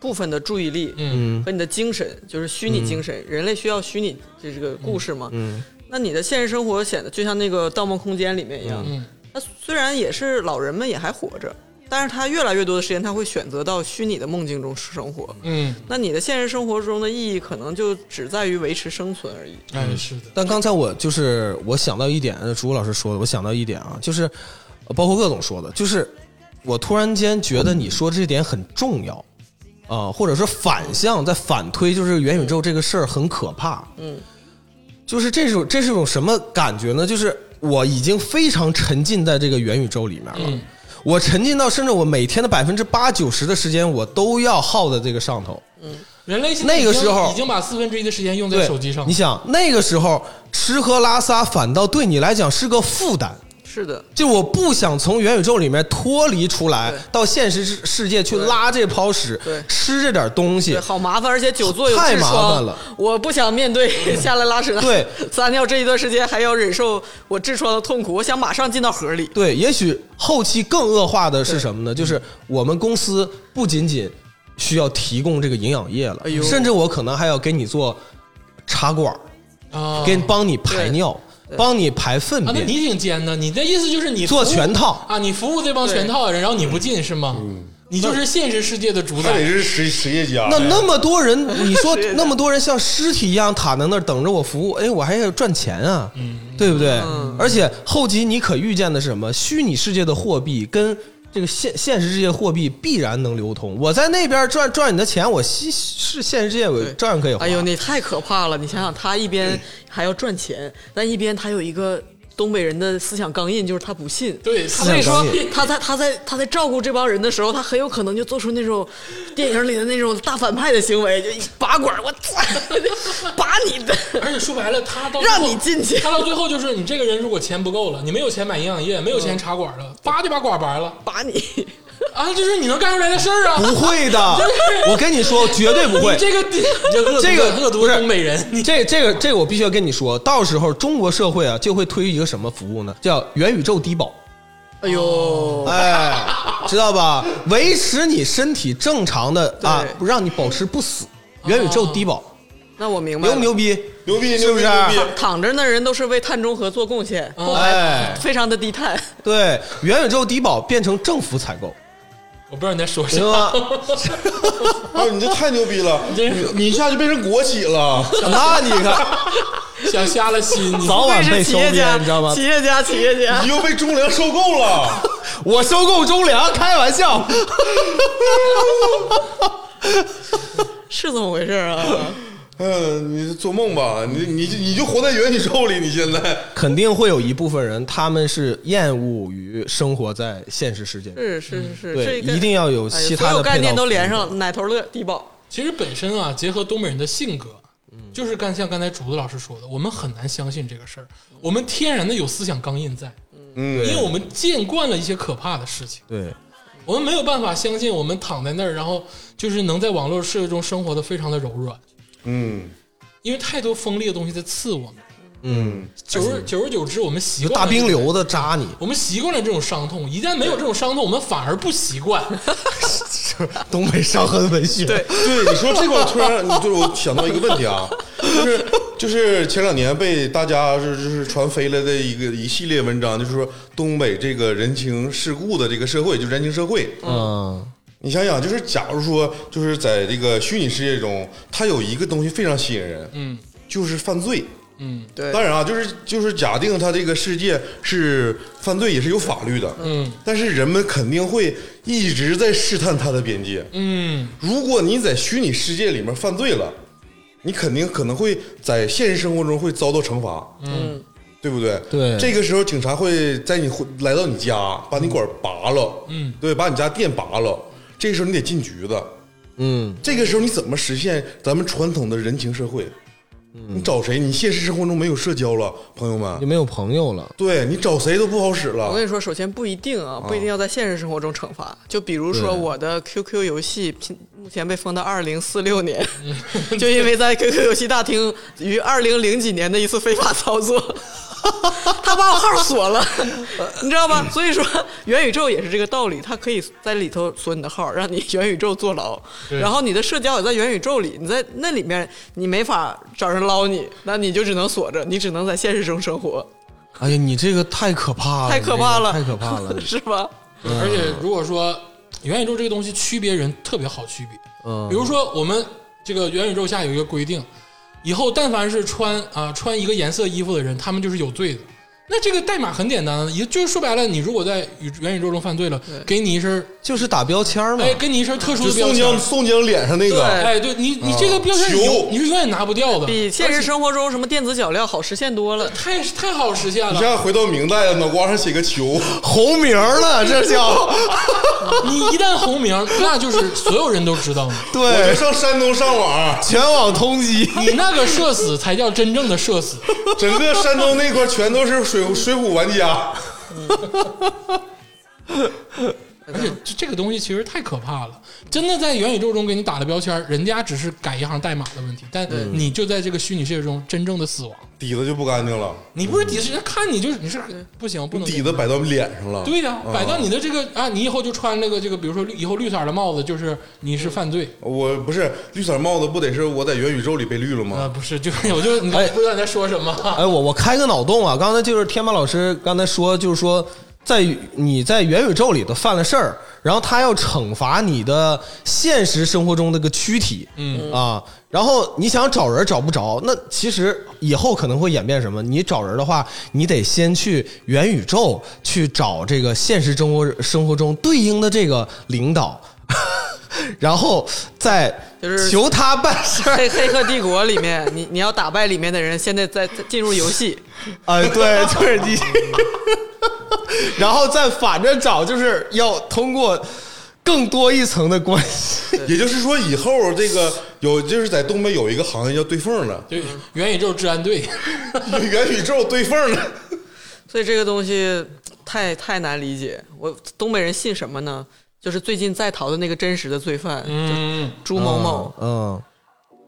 B: 部分的注意力，
A: 嗯
B: 和你的精神，就是虚拟精神。人类需要虚拟这这个故事嘛，
D: 嗯，
B: 那你的现实生活显得就像那个《盗梦空间》里面一样，
A: 嗯
B: 那虽然也是老人们也还活着，但是他越来越多的时间，他会选择到虚拟的梦境中生活。
A: 嗯，
B: 那你的现实生活中的意义，可能就只在于维持生存而已。
D: 嗯
A: 哎，是的，
D: 但刚才我就是我想到一点，呃朱老师说的，我想到一点啊，就是呃包括鄂总说的，就是我突然间觉得你说这点很重要啊、或者是反向在反推，就是元宇宙这个事儿很可怕。嗯，就是这种这是一种什么感觉呢？就是我已经非常沉浸在这个元宇宙里面了。
A: 嗯
D: 我沉浸到，甚至我每天的百分之八九十的时间，我都要耗在这个上头。
A: 人类现在已经
D: 那个时候
A: 已经把四分之一的时间用在
D: 对，
A: 手机上
D: 你，想那个时候吃喝拉撒反倒对你来讲是个负担，
B: 是的，
D: 就我不想从元宇宙里面脱离出来
B: 对，
D: 到现实世世界去
B: 对
D: 拉这泡屎
B: 对，
D: 吃这点东西
B: 对，。好麻烦，而且久坐有
D: 太
B: 痔
D: 麻
B: 疮
D: 烦了，
B: 我不想面 对下来拉屎的
D: 对
B: 撒尿这一段时间，还要忍受我痔疮的痛苦，我想马上进到盒里。
D: 对，也许后期更恶化的是什么呢？就是我们公司不仅仅需要提供这个营养液了，
B: 哎呦
D: 甚至我可能还要给你做插管，
A: 啊，
D: 给你帮你排
B: 哦对
D: 尿，帮你排粪
A: 啊，那
D: 便，
A: 你挺尖的，你的意思就是你
D: 做
A: 服务
D: 全套。
A: 啊，你服务这帮全套的人，然后你不进是吗？
D: 嗯
A: 你就是现实世界的主
C: 他得
A: 宰，
C: 是实实业家。
D: 哎那那么多人，你说
B: 是
D: 那么多人像尸体一样躺在那儿等着我服务，哎，我还要赚钱啊，对不对？而且后期你可预见的是什么？虚拟世界的货币跟这个现现实世界货币必然能流通。我在那边赚赚你的钱，我西是现实世界我照样可以花。
B: 哎呦，你太可怕了！你想想，他一边还要赚钱，但一边他有一个东北人的思想钢印，就是他不信。
A: 对，
D: 思
A: 所
D: 想
A: 以说
D: 钢铁
B: 他在他在他在照顾这帮人的时候，他很有可能就做出那种电影里的那种大反派的行为，就一拔管儿，我操， 拔你的！
A: 而且说白了，他到
B: 让你进去
A: 他到最后就是你这个人，如果钱不够了，你没有钱买营养液，没有
B: 嗯
A: 钱插管了，叭就把管拔了
B: 把你，
A: 啊，这是你能干出来的事儿啊！
D: 不会的，我跟你说，绝对不会
A: 你。这个你
D: 这
A: 这
D: 个
A: 恶毒
D: 不是
A: 东北人，你
D: 这这个这个我必须要跟你说，到时候中国社会啊就会推一个什么服务呢？叫元宇宙低保。
B: 哎呦，
D: 哎，知道吧？维持你身体正常的
B: 对
D: 啊，让你保持不死。元宇宙低保，
B: 那我明白
D: 牛
B: 了，
D: 不牛逼？
C: 牛逼，
D: 是
C: 牛
D: 不
C: 逼，
D: 是啊
C: 牛逼！
B: 躺着那人都是为碳中和做贡献，
A: 啊
D: 哎，
B: 非常的低碳。
D: 对，元宇宙低保变成政府采购，
A: 我不知道你在说啥
D: 行，吗？
C: 啊，你这太牛逼了！
A: 这
C: 你你一下就变成国企了，
D: 那你 看，
A: 想瞎了 心，你
D: 早晚
B: 这
D: 被
B: 是企
D: 收
B: 业家，
D: 编，你知道吗
B: 企？业家，企业家
C: 你，又被中粮收购了。
D: 我收购中粮，开玩笑。
B: 是这么回事儿 啊？
C: 嗯，你做梦吧，你你你就活在元宇宙里，你现在。
D: 肯定会有一部分人，他们是厌恶于生活在现实世界。
B: 是是是是，
D: 嗯对，
B: 这个
D: 一定要有
B: 哎
D: 其
B: 所
D: 他
B: 有
D: 的
B: 概
D: 配
B: 念
D: 套
B: 都
D: 服务
B: 连上了，奶头乐、低保。
A: 其实本身啊，结合东北人的性格，就是刚像刚才竹子老师说的，我们很难相信这个事儿，我们天然的有思想钢印在，
C: 嗯，
A: 因为我们见惯了一些可怕的事情，
D: 对，
A: 我们没有办法相信我们躺在那儿，然后就是能在网络世界中生活的非常的柔软，
C: 嗯，
A: 因为太多锋利的东西在刺我们，
D: 嗯，
A: 久而久而久之，我们习
D: 就
A: 惯了
D: 大冰瘤子扎你，
A: 我们习惯了这种伤痛，一旦没有这种伤痛，我们反而不习 惯。
D: 东北伤痕文学。
B: 对
C: 对，你说这块儿突然，你就是我想到一个问题啊，就是就是前两年被大家是就是传飞了的一个一系列文章，就是说东北这个人情世故的这个社会，就人情社会，
D: 嗯，
C: 你想想，就是假如说，就是在这个虚拟世界中，它有一个东西非常吸引人，
A: 嗯
C: 就是犯罪。
A: 嗯
B: 对
C: 当然啊，就是就是假定它这个世界是犯罪也是有法律的，
A: 嗯
C: 但是人们肯定会一直在试探它的边界。
A: 嗯，
C: 如果你在虚拟世界里面犯罪了，你肯定可能会在现实生活中会遭到惩罚，
B: 嗯，
C: 对不对？
D: 对
C: 这个时候警察会在你回来到你家，把你管拔了，
A: 嗯，
C: 对，把你家电拔了。这个时候你得进局子，
D: 嗯，
C: 这个时候你怎么实现咱们传统的人情社会？你找谁？你现实生活中没有社交了，朋友
D: 就
C: 们。
D: 没有朋友了。
C: 对你找谁都不好使
B: 我
C: 了
B: 跟。你说，首先不一定啊，不一定要在现实生活中惩罚。就比如说
D: 对
B: 我的 QQ 游戏，现目前被封到二零四六 年，就因为在 QQ 游戏大厅于二零零几年的一次非法操作， 他把我号锁 了，你知道吧？所以说元宇宙也是这个道理，它可以在里头锁你的号，让你元宇宙坐牢，
A: 对
B: 然后你的社交也在元宇宙里，你在那里面你没法找人捞你，那你就只能锁着，你只能在现实中生活，
D: 哎呀，你这个太可怕了，
B: 太可怕了，
D: 你这个太可怕
B: 。
D: 了
B: 是吧？
D: 嗯
A: 而且如果说元宇宙这个东西区别人特别好区别，
D: 嗯
A: 比如说我们这个元宇宙下有一个规定，以后但凡是穿啊穿一个颜色衣服的人，他们就是有罪的。那这个代码很简单啊，也就是说白了，你如果在宇元宇宙中犯罪了，给你一身儿，
D: 就是打标签嘛。
A: 哎，给你一身特殊
C: 就
A: 的标
C: 宋
A: 签
C: 江，宋江脸上那个
B: 对
A: 哎，对你你这个标签你
C: 球
A: 你是永远拿不掉的，
B: 比现实生活中什么电子脚镣好实现多了。
A: 太太好实现
C: 一
A: 了。
C: 下回到明代了，脑瓜上写个球，
D: 红名了，这叫
A: 你一旦红名，那就是所有人都知道你。
C: 我就
D: 对
C: 上山东上网，啊
D: 全网通缉。
A: 你那个社死才叫真正的社死，
C: 整个山东那块全都是水水浒玩家。
A: 而且这这个东西其实太可怕了。真的在元宇宙中给你打了标签，人家只是改一行代码的问题，但你就在这个虚拟世界中真正的死亡。
C: 底子就不干净了，
A: 你不是底子，人家看你就是你是不行，不能
C: 底子摆到脸上了。
A: 对呀、摆到你的这个啊，你以后就穿那个这个，比如说绿以后绿色的帽子，就是你是犯罪。
C: 我不是绿色帽子，不得是我在元宇宙里被绿了
A: 啊，
C: 吗？
A: 不是，就是 我就你
D: 哎
A: 不知道你在说什么。
D: 哎，我我开个脑洞啊，刚才就是天马老师刚才说，就是说在你在元宇宙里头犯了事儿，然后他要惩罚你的现实生活中那个躯体，嗯啊，然后你想找人找不着，那其实以后可能会演变什么？你找人的话，你得先去元宇宙去找这个现实生活生活中对应的这个领导。 然后再
B: 就是
D: 求他办事儿，
B: 黑黑客帝国里面，你你要打败里面的人，现在在在进入游戏，
D: 啊，对，就是你， 然后再反着找，就是要通过更多一层的关系。
C: 也就是说，以后这个有就是在东北有一个行业叫对缝的，
A: 对，元宇宙治安队，
C: 元宇宙对缝的。
B: 所以这个东西太太难理解。我东北人信什么呢？就是最近在逃的那个真实的罪犯，就
A: 嗯，
B: 朱某某，
D: 嗯，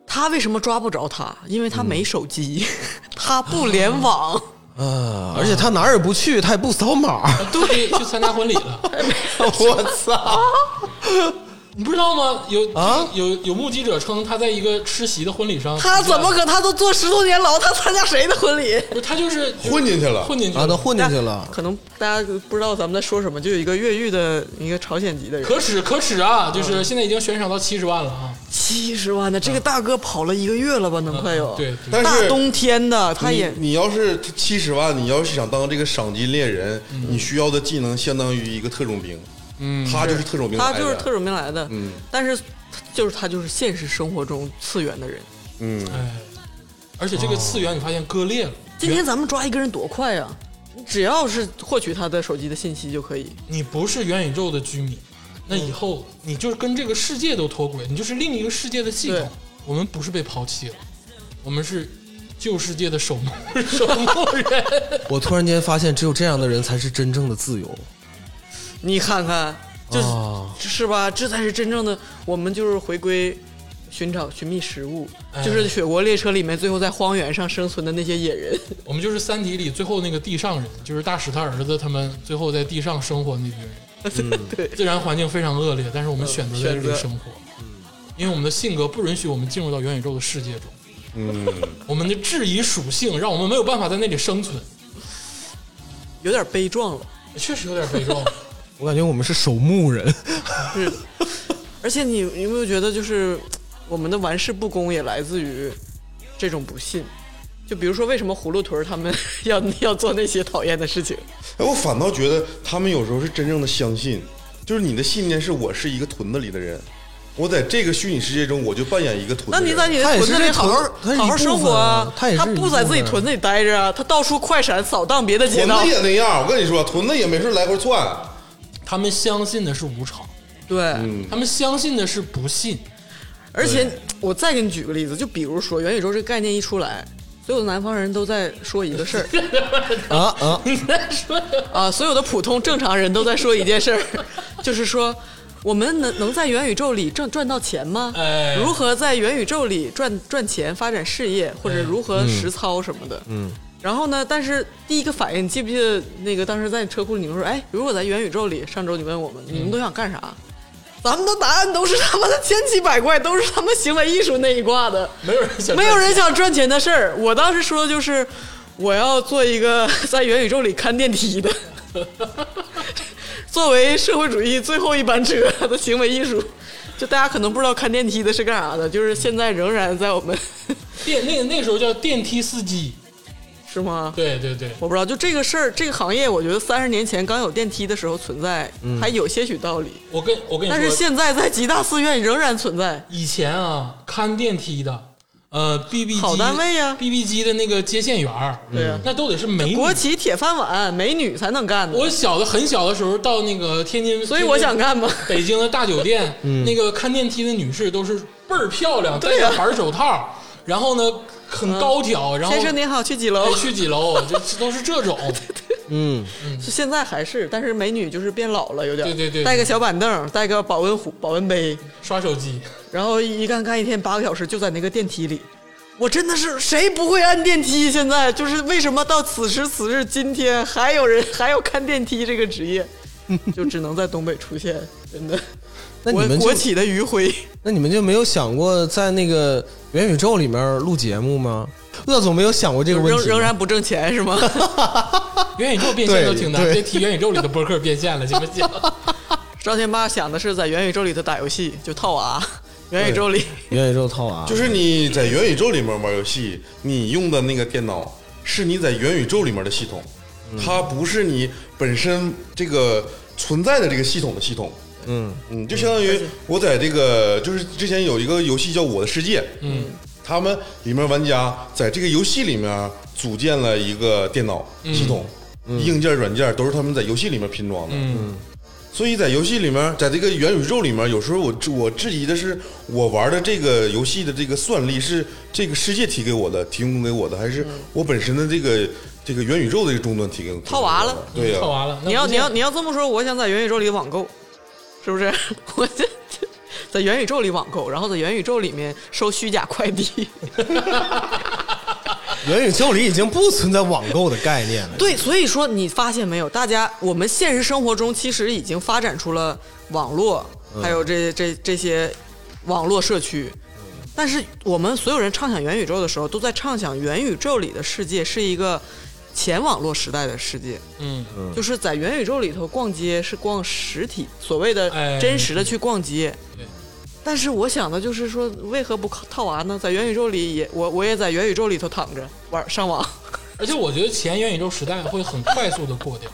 B: 他为什么抓不着他？因为他没手机， 他不联网，
D: 啊，而且他哪儿也不去，他也不扫码。
A: 对，去参加婚礼了。
D: 我操！
A: 你不知道吗？有
D: 啊
A: 有有目击者称他在一个吃席的婚礼上，
B: 他怎么可？他都坐十多年牢，他参加谁的婚礼？
A: 不是他就是
C: 混进去了
A: 混进去
D: 啊，都
A: 了，
D: 混进去了。
B: 可能大家不知道咱们在说什么，就有一个越狱的一个朝鲜籍的人，
A: 可耻可耻啊！就是现在已经悬赏到七十万了啊！
B: 七十万的这个大哥跑了一个月了吧？能快有？
A: 嗯对，对
C: 但
B: 大
C: 是
B: 冬天的，他也
C: 你你要是七十万，你要是想当这个赏金猎人，你需要的技能相当于一个特种兵，嗯，他就是特种兵来
B: 他
C: 的，嗯
B: 就是特种兵来的，但是就是他就是现实生活中次元的人。
C: 嗯，
A: 哎，而且这个次元你发现割裂了。
B: 今天咱们抓一个人多快呀、你只要是获取他的手机的信息就可以。
A: 你不是元宇宙的居民，那以后你就是跟这个世界都脱轨，你就是另一个世界的系
B: 对
A: 统。我们不是被抛弃了，我们是旧世界的守墓 守墓人。
D: 我突然间发现，只有这样的人才是真正的自由。
B: 你看看，就是、
A: 哦
D: 啊
B: 是吧？这才是真正的我们就是回归寻找寻觅食物，
A: 哎
B: 就是《雪国列车》里面最后在荒原上生存的那些野人。
A: 我们就是《三体》里最后那个地上人，就是大使他儿子他们最后在地上生活那群人。
B: 对，
A: 自然环境非常恶劣，但是我们选择在这
B: 选
A: 里
B: 择
A: 生活，因为我们的性格不允许我们进入到元宇宙的世界中，嗯，我们的质疑属性让我们没有办法在那里生存，
B: 有点悲壮了。
A: 确实有点悲壮。
D: 我感觉我们是守墓人。
B: 而且你你有没有觉得，就是我们的玩世不恭也来自于这种不信？就比如说，为什么葫芦屯儿他们 要要做那些讨厌的事情？
C: 哎，我反倒觉得他们有时候是真正的相信，就是你的信念是我是一个屯子里的人，我在这个虚拟世界中我就扮演一个屯子
B: 那
C: 人。
B: 你在你的
D: 他也
B: 屯
D: 是
B: 子里
D: 这
B: 好
D: 屯儿他是
B: 好
D: 一
B: 好
D: 部
B: 生活
D: 分
B: 啊
D: 啊，他也是一
B: 不在
D: 部
B: 自己
D: 分
B: 屯子里待着啊，他到处快闪扫荡别的街
C: 屯
B: 道
C: 子。也那样，我跟你说，屯子也没事来回窜。
A: 他们相信的是无常，
B: 对，
D: 嗯
A: 他们相信的是不信，
B: 而且我再给你举个例子，就比如说元宇宙这个概念一出来，所有的南方人都在说一个事儿
D: 啊啊！
B: 啊，所有的普通正常人都在说一件事儿，就是说我们能能在元宇宙里挣赚到钱吗？
A: 哎
B: 如何在元宇宙里赚赚钱、发展事业，或者如何实操什么的？嗯。然后呢？但是第一个反应，你记不记得那个当时在车库里你们说，哎，如果在元宇宙里，上周你问我们，你们都想干啥？咱们的答案都是他妈的千奇百怪，都是他们行为艺术那一挂的。
A: 没有人想，
B: 没有人想赚钱的事儿。我当时说的就是， 我要做一个在元宇宙里看电梯的。 作为社会主义最后一班车的行为艺术，就大家可能不知道看电梯的是干啥的，就是现在仍然在我们
A: 电那那时候叫电梯司机，
B: 是吗？
A: 对对对，
B: 我不知道，就这个事儿，这个行业，我觉得三十年前刚有电梯的时候存在，还有些许道理，
A: 我跟我跟嗯你
B: 但是
A: 说，
B: 现在在吉大寺院仍然存在。
A: 以前啊看电梯的，呃，BB 机
B: 好单位呀
A: b b 机的那个接线员儿，嗯
B: 对呀
A: 那都得是美女。
B: 国企铁饭碗，美女才能干的，
A: 我小的很小的时候到那个天津，
B: 所以我想干嘛？
A: 北京的大酒店，那个看电梯的女士都是倍儿漂亮，戴
B: 对
A: 着
B: 呀嗯
A: 板手套，然后呢很高挑，然后
B: 先生您好，去几楼
A: 哎？去几楼，这这都是 这种。
D: 嗯，
B: 就现在还是，但是美女就是变老了，有点儿。
A: 对对对对
B: 带个小板凳，带个保温壶、保温杯，
A: 刷手机，
B: 然后一干干一天八个小时，就在那个电梯里。我真的是谁不会按电梯？现在就是为什么到此时此日今天还有人还有看电梯这个职业，就只能在东北出现，真 的。
D: 那你
B: 国
D: 们就
B: 国企的余晖，
D: 那你们就没有想过在那个元宇宙里面录节目吗？鄂总没有想过这个问
B: 仍
D: 题吗，
B: 仍然不挣钱是吗？
A: 元宇宙变现都挺难，
D: 对
A: 别
D: 对
A: 提元宇宙里的播客变现了，行不行？
B: 赵天霸想的是在元宇宙里头打游戏，就套娃、 元宇宙里
D: 元宇宙套娃，
C: 就是你在元宇宙里面玩游戏，你用的那个电脑是你在元宇宙里面的系统，它不是你本身这个存在的这个系统的系统。
D: 嗯
C: 嗯，就相当于我在这个，就是之前有一个游戏叫《我的世界》，嗯，他们里面玩家在这个游戏里面组建了一个电脑系统，硬件、软件都是他们在游戏里面拼装的。
A: 嗯，
C: 所以在游戏里面，在这个元宇宙里面，有时候我质我质疑的是，我玩的这个游戏的这个算力是这个世界提给我的，提供给我的，还是我本身的这个这个元宇宙的这个终端提供给我的？
B: 套娃了
C: 对啊呀、
A: 套嗯完了。那
B: 你要
A: 不
B: 你
A: 见
B: 要你要这么说，我想在元宇宙里网购，是不是？ 我这这在元宇宙里网购，然后在元宇宙里面收虚假快递。
D: 元宇宙里已经不存在网购的概念了。
B: 对，所以说你发现没有，大家我们现实生活中其实已经发展出了网络，还有这这这些网络社区。但是我们所有人畅想元宇宙的时候，都在畅想元宇宙里的世界是一个前网络时代的世界。
A: 嗯，
B: 就是在元宇宙里头逛街是逛实体，所谓的
A: 哎
B: 真实的去逛街
A: 对。
B: 但是我想的就是说，为何不靠套娃呢？在元宇宙里也我我也在元宇宙里头躺着玩上网，
A: 而且我觉得前元宇宙时代会很快速的过掉。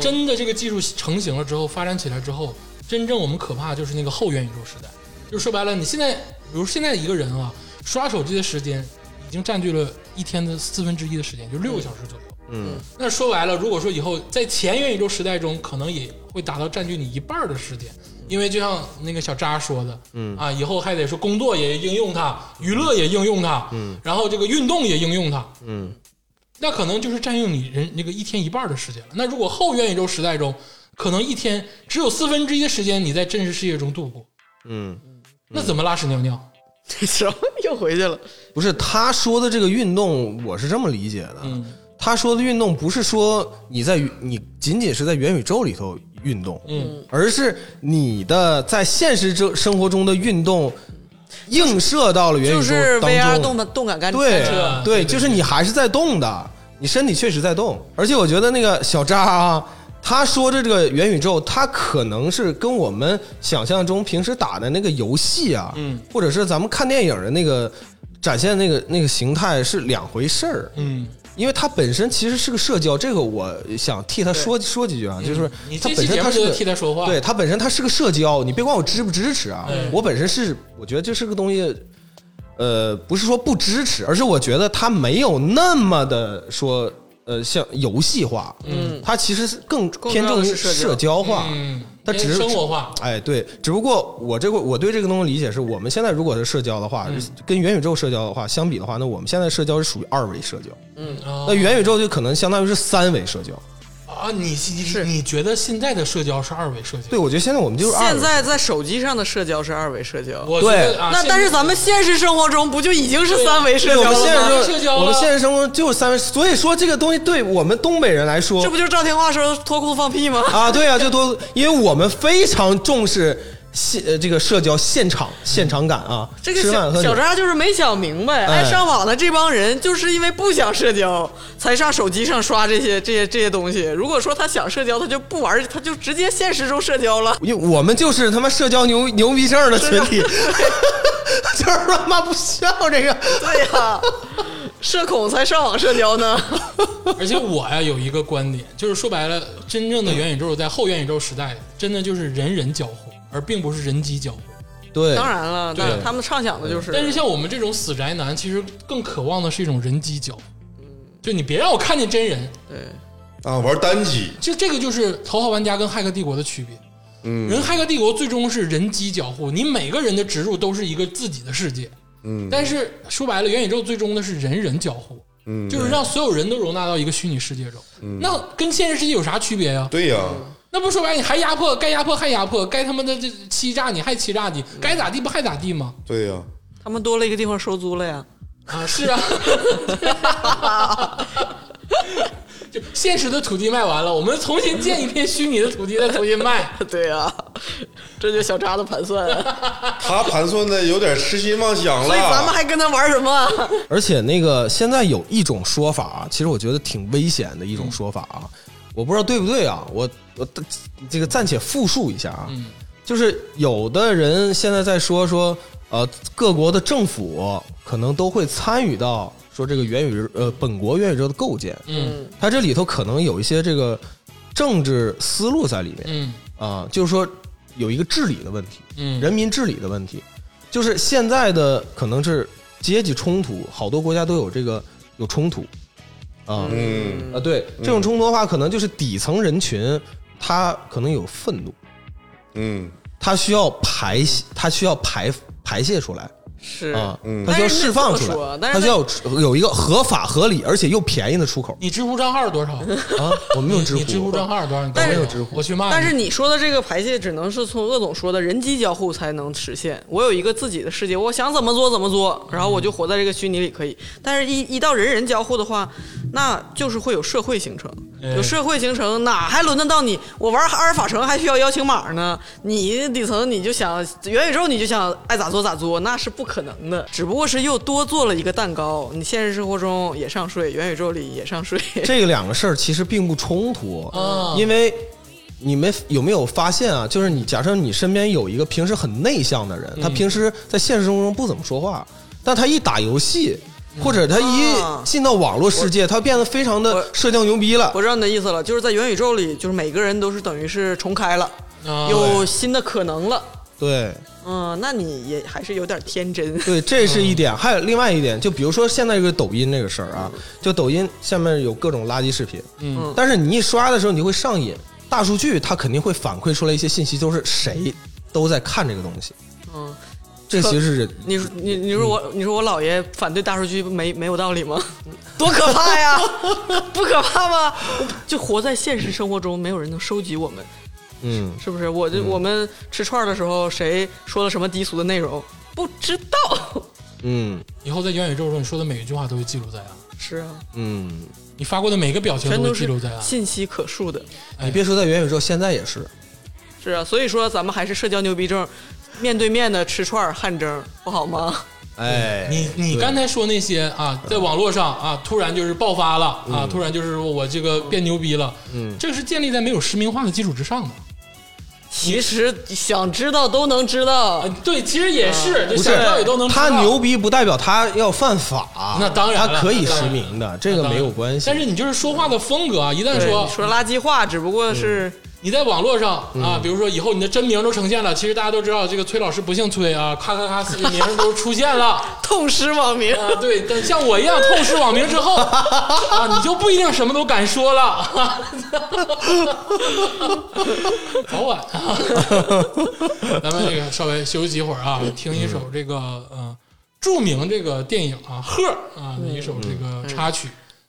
A: 真的，这个技术成型了之后，发展起来之后，真正我们可怕就是那个后元宇宙时代。就说白了，你现在，比如现在一个人啊，刷手机的时间已经占据了一天的四分之一的时间，就六个小时左右。
D: 嗯，
A: 那说白了，如果说以后在前元宇宙时代中，可能也会达到占据你一半儿的时间，因为就像那个小扎说的，嗯啊，以后还得说工作也应用它，娱乐也应用它，嗯，然后这个运动也应用它，
D: 嗯，
A: 那可能就是占用你人那个一天一半儿的时间了。那如果后元宇宙时代中，可能一天只有四分之一的时间你在真实世界中度过，
D: 嗯，
A: 那怎么拉屎尿尿？
B: 这什么又回去了？
D: 不是他说的这个运动，我是这么理解的。
A: 嗯
D: 他说的运动不是说你在宇你仅仅是在元宇宙里头运动，
A: 嗯，
D: 而是你的在现实中生活中的运动映射到了元
B: 就
D: 宇宙
B: 是
D: 当
B: VR
D: 中
B: 动感动感干
D: 对
B: 干
A: 车啊对
D: 对，就是你还是在动的，你身体确实在动。而且我觉得那个小扎啊，他说的这个元宇宙，他可能是跟我们想象中平时打的那个游戏啊，
A: 嗯，
D: 或者是咱们看电影的那个展现那个那个形态是两回事儿。
A: 嗯，
D: 因为它本身其实是个社交，这个我想替他说说几句啊，就是
A: 嗯你
D: 它
A: 这
D: 本
A: 期
D: 身
A: 节
D: 它
A: 目
D: 是
A: 就
D: 个
A: 得替他说话，
D: 对，它本身它是个社交，你别管我支不支持啊
A: 嗯，
D: 我本身是我觉得这是个东西，呃，不是说不支持，而是我觉得它没有那么的说呃像游戏化，嗯，它其实是更
B: 更
D: 偏
B: 重要
D: 重
B: 的
D: 于
B: 是社交
D: 社交化，
A: 嗯，
D: 它只是
A: 生活化，
D: 哎，对，只不过我这个我对这个东西理解是，我们现在如果是社交的话，跟元宇宙社交的话相比的话，那我们现在社交是属于二维社交，
A: 啊
D: 嗯那元宇宙就可能相当于是三维社交。
A: 啊，你你你觉得现在的社交是二维社交？
D: 对，我觉得现在我们就是二
B: 现
D: 维。
B: 在在手机上的社交是二维社交，
A: 我觉得
D: 对
A: 啊
B: 那
A: 现
B: 但是咱们现实生活中不就已经是
A: 对啊
B: 三维社
D: 我
B: 交
D: 们现
B: 了吗？
A: 在
D: 实
A: 社交了
D: 我们现实生活中就是三维，所以说这个东西对我们东北人来说
B: 这不就是赵天霸说脱裤放屁吗？
D: 啊，对啊，就多，因为我们非常重视现呃这个社交现场现场感啊，
B: 这个
D: 吃饭
B: 小
D: 喝酒
B: 小扎就是没想明白，
D: 哎
B: 爱上网的这帮人就是因为不想社交，才上手机上刷这些这些这些东西。如果说他想社交，他就不玩儿，他就直接现实中社交了。
D: 因为我们就是他妈社交牛牛逼症的群 体， 就是他妈不需要这个。
B: 对呀、社恐才上网社交呢。
A: 而且我呀有一个观点，就是说白了，真正的元宇宙在后元宇宙时代，真的就是人人交互，而并不是人机交互。
D: 对，
B: 当然了，
A: 对
B: 那他们畅想的就是，
A: 但是像我们这种死宅男，其实更渴望的是一种人机交互。
C: 嗯
A: 就你别让我看见真人，
B: 对
C: 啊，玩单机，
A: 就这个就是《头号玩家》跟《骇客帝国》的区别。嗯，人《骇客帝国》最终是人机交互，你每个人的植入都是一个自己的世界。
C: 嗯
A: 但是说白了，元宇宙最终的是人人交互，
C: 嗯，
A: 就是让所有人都容纳到一个虚拟世界中。那跟现实世界有啥区别呀、
C: 对呀、
B: 嗯
A: 那不说白了，你还压迫，该压迫还压迫，该他妈的这欺诈你还欺诈你，该咋地不还咋地吗？
C: 对呀、
B: 他们多了一个地方收租了呀。
A: 啊，是啊， 就现实的土地卖完了，我们重新建一片虚拟的土地再重新卖。
B: 对呀、这就是小扎的盘算，啊
C: 他盘算的有点痴心妄想了。
B: 所以咱们还跟他玩什么？啊
D: 而且那个现在有一种说法啊，其实我觉得挺危险的一种说法啊，我不知道对不对啊，我我这个暂且复述一下啊，
A: 嗯
D: 就是有的人现在在说说，呃，各国的政府可能都会参与到说这个元宇呃本国元宇宙的构建，
A: 嗯
D: 它这里头可能有一些这个政治思路在里面
A: 嗯
D: 啊、就是说有一个治理的问题，
A: 嗯，
D: 人民治理的问题，就是现在的可能是阶级冲突，好多国家都有这个有冲突啊啊、
C: 嗯
D: 对这种冲突的话，可能就是底层人群他可能有愤怒，
C: 嗯
D: 他需要排泄
B: 嗯
D: 他需要排排泄出来
B: 是
D: 啊，
C: 嗯
D: 他需要释放出
B: 但是你这么说
D: 来，
B: 但是
D: 他需要有一个合法合理而且又便宜的出口
A: 你知乎账号是多少？
D: 啊，我没有
A: 你
D: 知乎，
A: 你知乎账号是多少？你告
B: 但
A: 诉
B: 是
A: 我我去骂你。
B: 但是你说的这个排泄，只能是从鄂总说的人机交互才能实现。我有一个自己的世界，我想怎么做怎么做，然后我就活在这个虚拟里可以。但是一，一到人人交互的话，那就是会有社会形成。
A: 哎
B: 有社会形成，哪还轮得到你？我玩阿尔法城还需要邀请码呢。你底层你就想元宇宙，你就想爱咋做咋做，那是不可能的。只不过是又多做了一个蛋糕，你现实生活中也上税，元宇宙里也上税。
D: 这两个事儿其实并不冲突，
B: 嗯
A: 啊
D: 因为你们有没有发现啊？就是你假设你身边有一个平时很内向的人，
B: 嗯
D: 他平时在现实生活中不怎么说话，但他一打游戏。或者他
B: 啊
D: 一进到网络世界，他变得非常的
B: 我
D: 社交牛逼了
B: 我。知道你的意思了，就是在元宇宙里，就是每个人都是等于是重开了，
A: 啊
B: 有新的可能了。
D: 对
B: 嗯，那你也还是有点天真。
D: 对，这是
B: 嗯
D: 一点。还有另外一点，就比如说现在这个抖音这个事儿啊，就抖音下面有各种垃圾视频，
A: 嗯
D: 但是你一刷的时候，你会上瘾。大数据它肯定会反馈出来一些信息，就是谁都在看这个东西。
B: 嗯，
D: 这其实是人
B: 你说你你说我你说我姥爷反对大数据没没有道理吗？ 多可怕呀！ 不可怕吗？就活在现实生活中，没有人能收集我们，
D: 嗯，
B: 是不是？我就、我们吃串儿的时候，谁说了什么低俗的内容，不知道。
D: 嗯
A: 以后在元宇宙中，你说的每一句话都会记录在案，
B: 是啊，
D: 嗯，
A: 你发过的每个表情
B: 全
A: 会
B: 都
A: 记
B: 是
A: 录在案。啊
B: 信息可述的。
A: 哎
D: 你别说在元宇宙，现在也是。
B: 是啊，所以说咱们还是社交牛逼症，面对面的吃串儿汗蒸不好吗？
D: 哎，
A: 嗯你你
D: 对
A: 刚才说那些啊，在网络上啊，突然就是爆发了啊，
B: 嗯
A: 突然就是我这个变牛逼了，
D: 嗯
A: 这个是建立在没有实名化的基础之上的。
B: 其实想知道都能知道，
A: 啊，对，其实也是，就
D: 嗯不
A: 想
D: 是
A: 到也都能知道
D: 他牛逼不代表他要犯法，
A: 那当然了
D: 他可以实名的，这个没有关系。
A: 但是你就是说话的风格啊，一旦
B: 对
A: 说
B: 你说嗯垃圾话，只不过是
A: 你在网络上
D: 嗯
A: 啊，比如说以后你的真名都呈现了，其实大家都知道这个崔老师不姓崔啊，咔咔咔，四个名都出现了
B: 痛失网名。
A: 啊。对，等像我一样透视网名之后啊，你就不一定什么都敢说了，早晚啊。咱们这个稍微休息一会儿啊，听一首这个呃著名这个电影啊《赫》啊的一首这个插曲，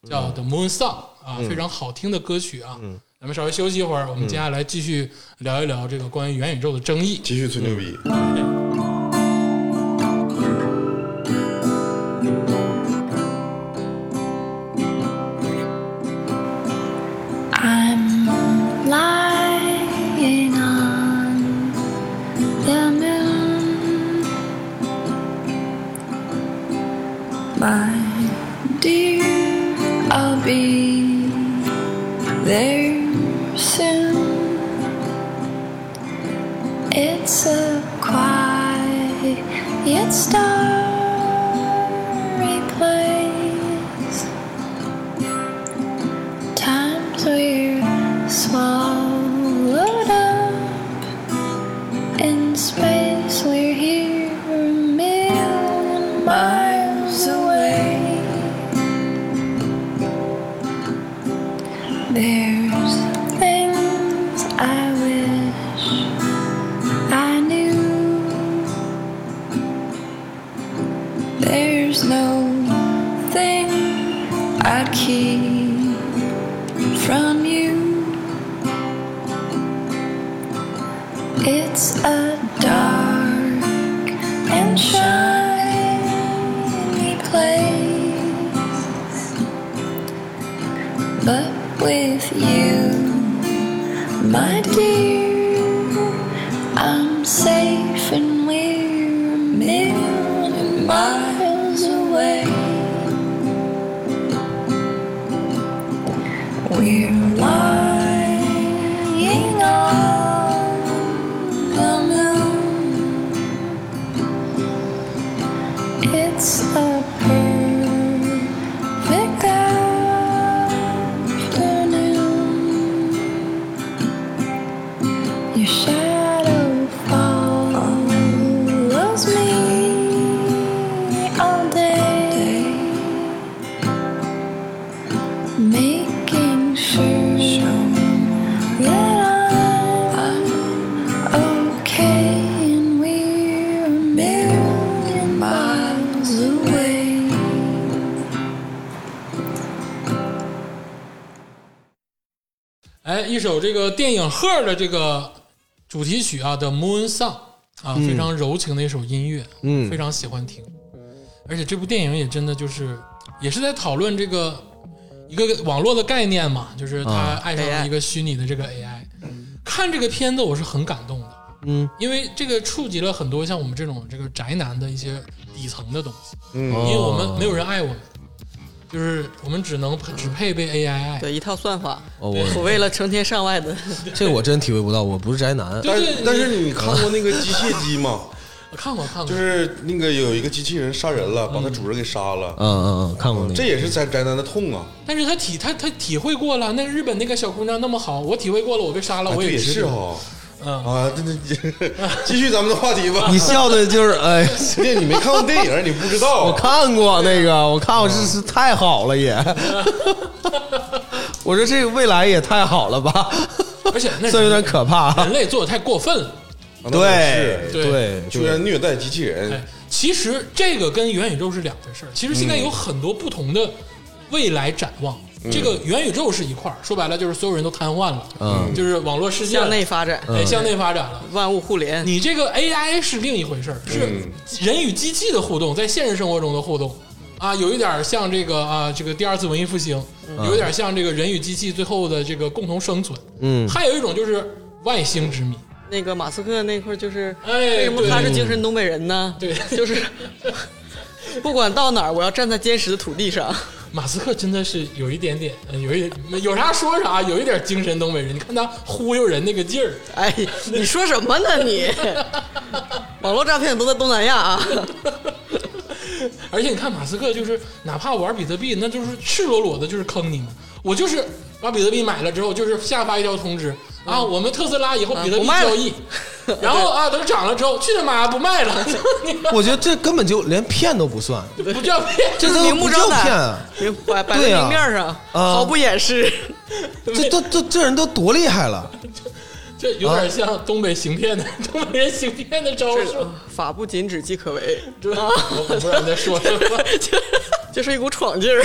A: 叫《The Moon Song》啊，非常好听的歌曲啊。咱们稍微休息一会儿，我们接下来继续聊一聊这个关于元宇宙的争议。
C: 继续吹牛逼。
B: 嗯
E: I'm lying on the be there soon. It's a quiet yet starry place. Times we're swallowed up in space. We're here a million miles away. There's things I wish I knew. There's no thing I'd keep from you. It's a dark and shiny place. But with you, my dear, I'm safe and we're a million miles away. We're lying on the moon. It's a perfect afternoon. Your shadow follows me all day, making sure that I'm okay, and we're a million miles away.
A: 哎，一首这个电影《Her》的这个主题曲啊，《The Moon Song》啊，非常柔情的一首音乐，
D: 嗯
A: 非常喜欢听。而且这部电影也真的就是，也是在讨论这个一个网络的概念嘛，就是他
D: 啊
A: 爱上了
B: AI
A: 一个虚拟的这个 AI。看这个片子，我是很感动的，
D: 嗯，
A: 因为这个触及了很多像我们这种这个宅男的一些底层的东西，
C: 嗯，
A: 因为我
D: 哦
A: 们没有人爱我们，就是我们只能只配被 AI 爱。
B: 对一套算法，
D: 哦我
B: 所谓了成千上万的，
D: 这个我真体会不到，我不是宅男。
A: 对
C: 但
A: 对，
C: 但
A: 你
C: 是你看过那个机械姬吗？
A: 我看过看过，
C: 就是那个有一个机器人杀人了，把他主人给杀了，
D: 嗯嗯嗯，看过那
C: 这
D: 个。
C: 也是宅宅男的痛啊。
A: 但是他体他他体会过了，那日本那个小姑娘那么好，我体会过了，我被杀了，
C: 啊
A: 我
C: 对也
A: 知
C: 是
A: 道。
C: 哈
A: 嗯，
C: 啊，真的 继续咱们的话题吧。
D: 你笑的就是哎，
C: 你你没看过电影，你不知道。
D: 我看过那个，我看过这是太好了也。 我说这个未来也太好了吧，
A: 而且那
D: 这有点可怕。
A: 人类做的太过分了。
C: 啊那倒
D: 对
C: 是
A: 对
C: 居然虐待机器人
A: 哎，，其实这个跟元宇宙是两回
C: 嗯
A: 事儿。其实现在有很多不同的未来展望，
C: 嗯
A: 这个元宇宙是一块儿，说白了就是所有人都瘫痪了，
D: 嗯
A: 就是网络世界了
B: 向内发展，
A: 哎
C: 嗯
A: 向内发展了。
B: 万物互 联。
A: 你这个 AI 是另一回事儿，是人与机器的互动，在现实生活中的互动啊，有一点儿像这个啊，这个第二次文艺复兴，有一点儿像这个人与机器最后的这个共同生存。
D: 嗯
A: 还有一种就是外星之谜，
B: 那个马斯克那块儿就是，
A: 哎
B: 为什么
A: 对
B: 他是精神东北人呢？
A: 对
B: 就是不管到哪儿，我要站在坚实的土地 上。
A: 马斯克真的是有一点点，呃有一有啥说啥，有一点精神东北人。你看他忽悠人那个劲儿，
B: 哎，你说什么呢你？ 网络诈骗都在东南亚啊！
A: 而且你看马斯克就是哪怕玩比特币，那就是赤裸裸的就是坑你们。我就是把比特币买了之后，就是下发一条通知啊，我们特斯拉以后比特
B: 嗯
A: 币
B: 啊不卖了
A: 交易， 然后啊等涨了之后，去他妈不卖 了，
D: 我觉得这根本就连骗都不算，
A: 你不叫骗。
D: 这
B: 就是
D: 都
B: 明目
D: 不
B: 张
D: 叫
B: 胆
D: 骗啊，
B: 明摆摆
D: 对
B: 在
D: 啊
B: 明面上，
D: 啊
B: 毫不掩饰。
D: 这都这这人都多厉害了。
A: 这有点像东北行骗的、东北人行骗的招
B: 啊就是啊
A: 数，
B: 法不禁止即可 为，啊
A: 对吧？我不知道你在说什么。
B: 就是一股闯劲儿。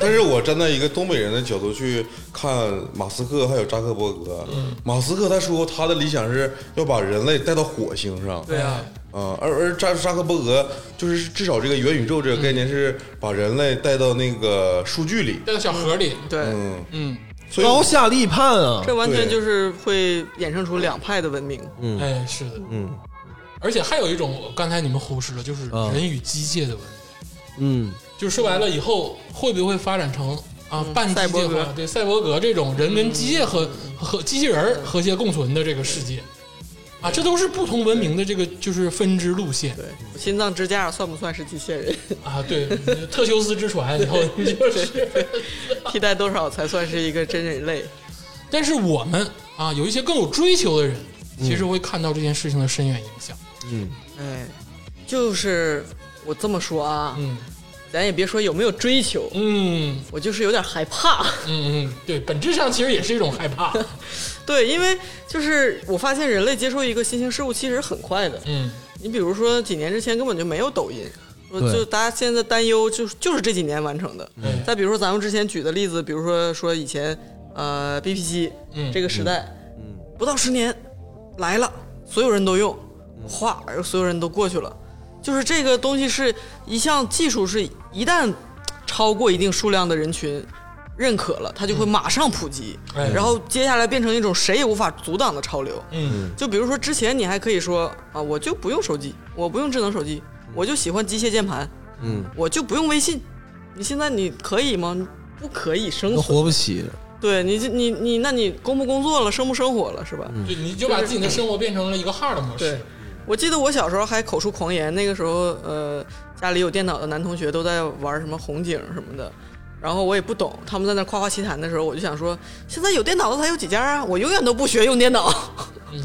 C: 但是我站在一个东北人的角度去看马斯克还有扎克伯格，马斯克他说他的理想是要把人类带到火星上，
A: 对啊，
B: 嗯
C: 啊，而而扎扎克伯格就是至少这个元宇宙这个概念是把人类带到那个数据里，
A: 带到小河里，
B: 对，
C: 嗯，
A: 嗯，
C: 所以
D: 高下立判啊！
B: 这完全就是会衍生出两派的文明。
A: 哎，是的，
D: 嗯
A: 而且还有一种，刚才你们忽视了，就是
D: 啊
A: 人与机械的文明。
D: 嗯
A: 就说白了，以后会不会发展成啊，半机
B: 嗯赛博
A: 械
B: 格嗯
A: 化，对赛博格这种人跟机械和和机器人儿和谐共存的这个世界，啊，这都是不同文明的这个就是分支路线
B: 对，心脏支架算不算是机械人？
A: 啊，对，特修斯之船，以后你就是。
B: 替代多少才算是一个真人类？
A: 但是我们啊，有一些更有追求的人，
B: 嗯
A: 其实会看到这件事情的深远影响。
B: 哎，就是我这么说啊，
A: 嗯
B: 咱也别说有没有追求，
A: 嗯
B: 我就是有点害怕。
A: 嗯嗯，对，本质上其实也是一种害怕。
B: 对，因为就是我发现人类接受一个新兴事物其实很快的。
A: 嗯
B: 你比如说几年之前根本就没有抖音，说
D: 对
B: 就大家现在担忧就是就是这几年完成的。
A: 嗯
B: 再比如说咱们之前举的例子，比如说说以前呃 BP 机、
A: 嗯
B: 这个时代，不到十年来了，所有人都用，哗，所有人都过去了。就是这个东西是一项技术，是一旦超过一定数量的人群认可了，它就会马上普及，
A: 嗯哎
B: 然后接下来变成一种谁也无法阻挡的潮流。
A: 嗯
B: 就比如说之前你还可以说啊，我就不用手机，我不用智能手机，我就喜欢机械键盘，
D: 嗯，
B: 我就不用微信。你现在你可以吗？你不可以生
D: 都
B: 存。
D: 活不起。
B: 对你这，你你，那你工不工作了，生不生活了，是吧？
A: 对，你就把自己的生活变成了一个 hard 模式。
B: 对，我记得我小时候还口出狂言，那个时候呃，家里有电脑的男同学都在玩什么红警什么的，然后我也不懂，他们在那夸夸其谈的时候，我就想说，现在有电脑的才有几家啊，我永远都不学用电脑。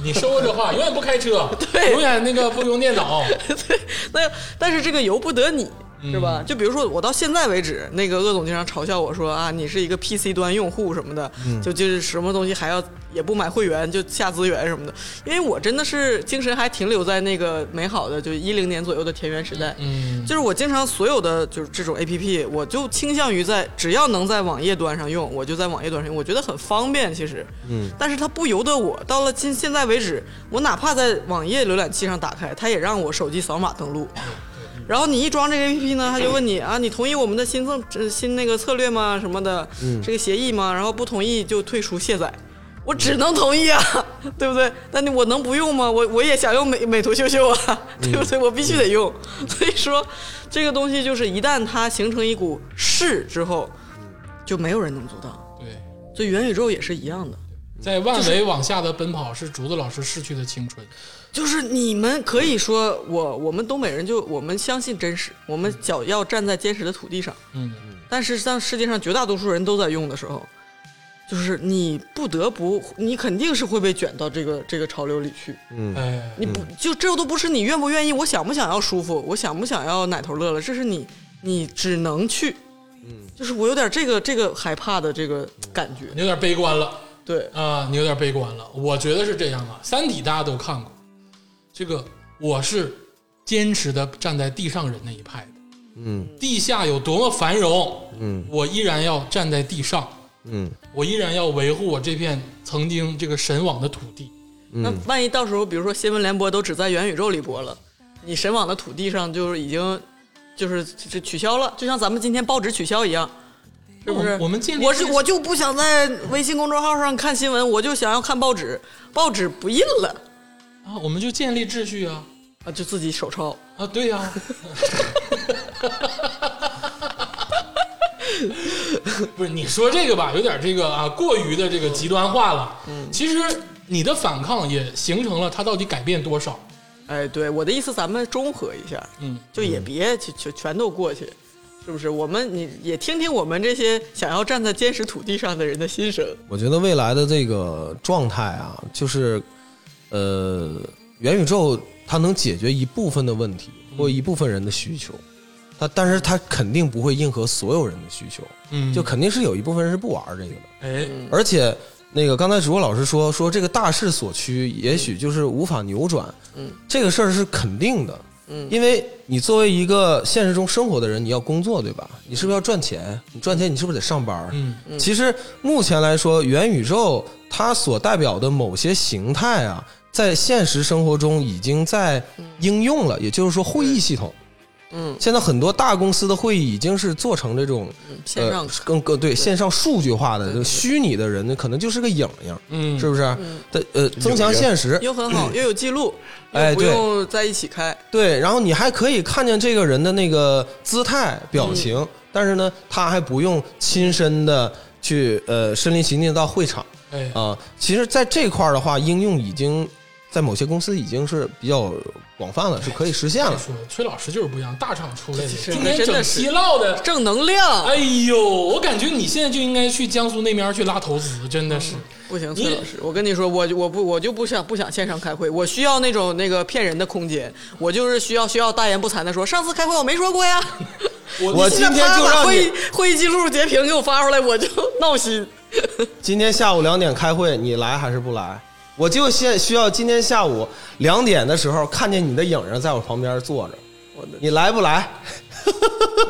A: 你收过这话，永远不开车，永远那个不用电脑。
B: 那但是这个由不得你，是吧？就比如说我到现在为止，那个鄂总经常嘲笑我说啊，你是一个 PC 端用户什么的，就就是什么东西还要也不买会员就下资源什么的，因为我真的是精神还停留在那个美好的就一零年左右的田园时代，
A: 嗯
B: 就是我经常所有的就是这种 A P P，我就倾向于在只要能在网页端上用，我就在网页端上用，我觉得很方便。其实，嗯，但是它不由得我到了今现在为止，我哪怕在网页浏览器上打开，它也让我手机扫码登录。然后你一装这个 A P P 呢，他就问你啊，你同意我们的新政这新那个策略吗？什么的，这个协议吗？然后不同意就退出卸载。我只能同意啊， 对不对？但你我能不用吗？我我也想用美美图秀秀啊，对不对？我必须得用。所以说，这个东西就是一旦它形成一股势之后，就没有人能阻挡。
A: 对，
B: 就元宇宙也是一样的，
A: 在万维往下的奔跑是竹子老师逝去的青春。
B: 就是你们可以说我我们东北人就我们相信真实，我们脚要站在坚实的土地上。
A: 嗯，
B: 但是当世界上绝大多数人都在用的时候，就是你不得不，你肯定是会被卷到这个这个潮流里去。
A: 哎，
B: 你不就这都不是你愿不愿意，我想不想要舒服，我想不想要奶头乐了，这是你你只能去。嗯，就是我有点这个这个害怕的这个
A: 嗯
B: 感觉。
A: 你有点悲观了。
B: 对，
A: 啊，你有点悲观了。我觉得是这样啊，《三体》大家都看过，这个我是坚持的站在地上人那一派的。嗯，地下有多么繁荣，嗯，我依然要站在地上，
D: 嗯，
A: 我依然要维护我这片曾经这个神往的土地。
B: 那万一到时候比如说新闻联播都只在元宇宙里播了，你神往的土地上就是已经就是这取消了，就像咱们今天报纸取消一样。是不是？
A: 我我们建立
B: 我是我就不想在微信公众号上看新闻，我就想要看报纸，报纸不印了
A: 啊，我们就建立秩序啊
B: 啊，就自己手抄。
A: 啊，对呀、不是你说这个吧，有点这个啊，过于的这个极端化了。嗯，其实你的反抗也形成了它到底改变多少。
B: 哎，对，我的意思，咱们中和一下，
A: 嗯，
B: 就也别就就全都过去，是不是？我们你也听听我们这些想要站在坚实土地上的人的心声。
D: 我觉得未来的这个状态啊，就是呃，元宇宙它能解决一部分的问题或一部分人的需求，它但是它肯定不会应和所有人的需求，
A: 嗯
D: 就肯定是有一部分人是不玩这个的。
A: 哎，
D: 而且那个刚才主播老师说说这个大势所趋，也许就是无法扭转，
B: 嗯，
D: 这个事儿是肯定的，
B: 嗯
D: 因为你作为一个现实中生活的人，你要工作对吧？你是不是要赚钱？你赚钱你是不是得上班？
A: 嗯，
D: 其实目前来说，元宇宙它所代表的某些形态啊，在现实生活中已经在应用了，也就是说会议系统。
B: 嗯，
D: 现在很多大公司的会议已经是做成这种
B: 线上
D: 呃、更更对线上数据化的这个虚拟的人呢，可能就是个影影，
A: 嗯
D: 是不是？的呃，增强现实，
B: 又很好，又有记录，
D: 哎
B: 又不
D: 对
B: 用在一起开。
D: 对，然后你还可以看见这个人的那个姿态、表情，但是呢，他还不用亲身的去呃身临其境地到会场
A: 哎，
D: 啊、其实，在这块儿的话，应用已经在某些公司已经是比较广泛了，是可以实现了
A: 再。说崔老师就是不一样，大厂出来的，
B: 是
A: 今天
B: 真
A: 整
B: 的是
A: 西烙的，
B: 正能量。
A: 哎呦，我感觉你现在就应该去江苏那边去拉投资，真的是。
B: 不行，
A: 你
B: 崔老师，我跟你说，我就我不我就不想不想线上开会，我需要那种那个骗人的空间，我就是需要需要大言不惭的说，上次开会我没说过呀，
A: 我
D: 我
B: 现在
D: 今天
B: 啪
D: 就
B: 把
D: 让
B: 会
D: 你
B: 议会议记录截屏给我发出来，我就闹心。
D: 今天下午两点开会，你来还是不来？我就现需要今天下午两点的时候看见你的影儿在我旁边坐着，
B: 我的
D: 你来不来？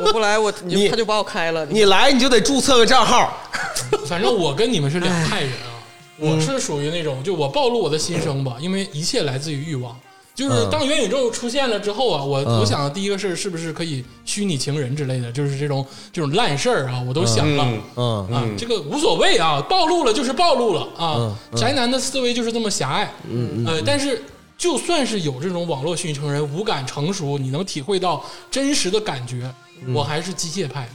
B: 我不来，我你就
D: 你
B: 他就把我开了。
D: 你来你就得注册个账号，
A: 反正我跟你们是两派人
D: 哎
A: 啊，
D: 嗯
A: 我是属于那种就我暴露我的心声吧，因为一切来自于欲望。就是
D: 嗯
A: 当元宇宙出现了之后啊，我
D: 嗯
A: 我想的第一个是是不是可以虚拟情人之类的，就是这种这种烂事儿啊，我都想了。
C: 嗯
D: 嗯，
A: 啊，这个无所谓啊，暴露了就是暴露了啊
D: 嗯。
A: 宅男的思维就是这么狭隘，嗯呃，但是就算是有这种网络虚拟成人五感成熟，你能体会到真实的感觉，我还是机械派，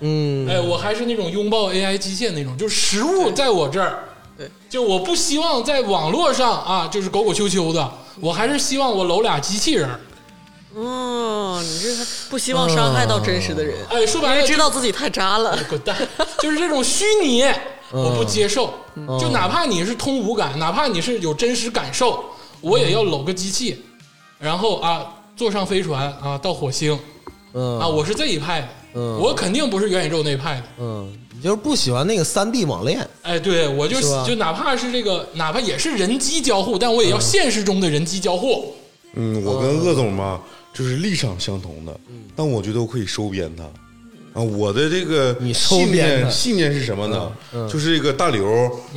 D: 嗯，
A: 哎，我还是那种拥抱 AI 机械那种，就是实物在我这儿，
B: 对，
A: 就我不希望在网络上啊，就是狗狗秋秋的，我还是希望我搂俩机器人儿，
B: 哦，你这还不希望伤害到真实的人，
A: 哎，说白
B: 嗯因
A: 了
B: 为知道自己太渣了。
A: 滚蛋！就是这种虚拟，我不接受。就哪怕你是通无感，哪怕你是有真实感受，我也要搂个机器，然后啊，坐上飞船啊，到火星
D: 嗯
A: 啊，我是这一派的，
D: 嗯
A: 我肯定不是元宇宙那派的。
D: 嗯，你就是不喜欢那个三 D 网恋，
A: 哎，对我就是
D: 吧
A: 就哪怕是这个，哪怕也是人机交互，但我也要现实中的人机交互。
C: 嗯，我跟鄂总嘛，就是立场相同的，但我觉得我可以收编他。啊，我的这个
D: 你收
C: 信
D: 编他嗯
C: 念信念是什么呢？就是这个大刘，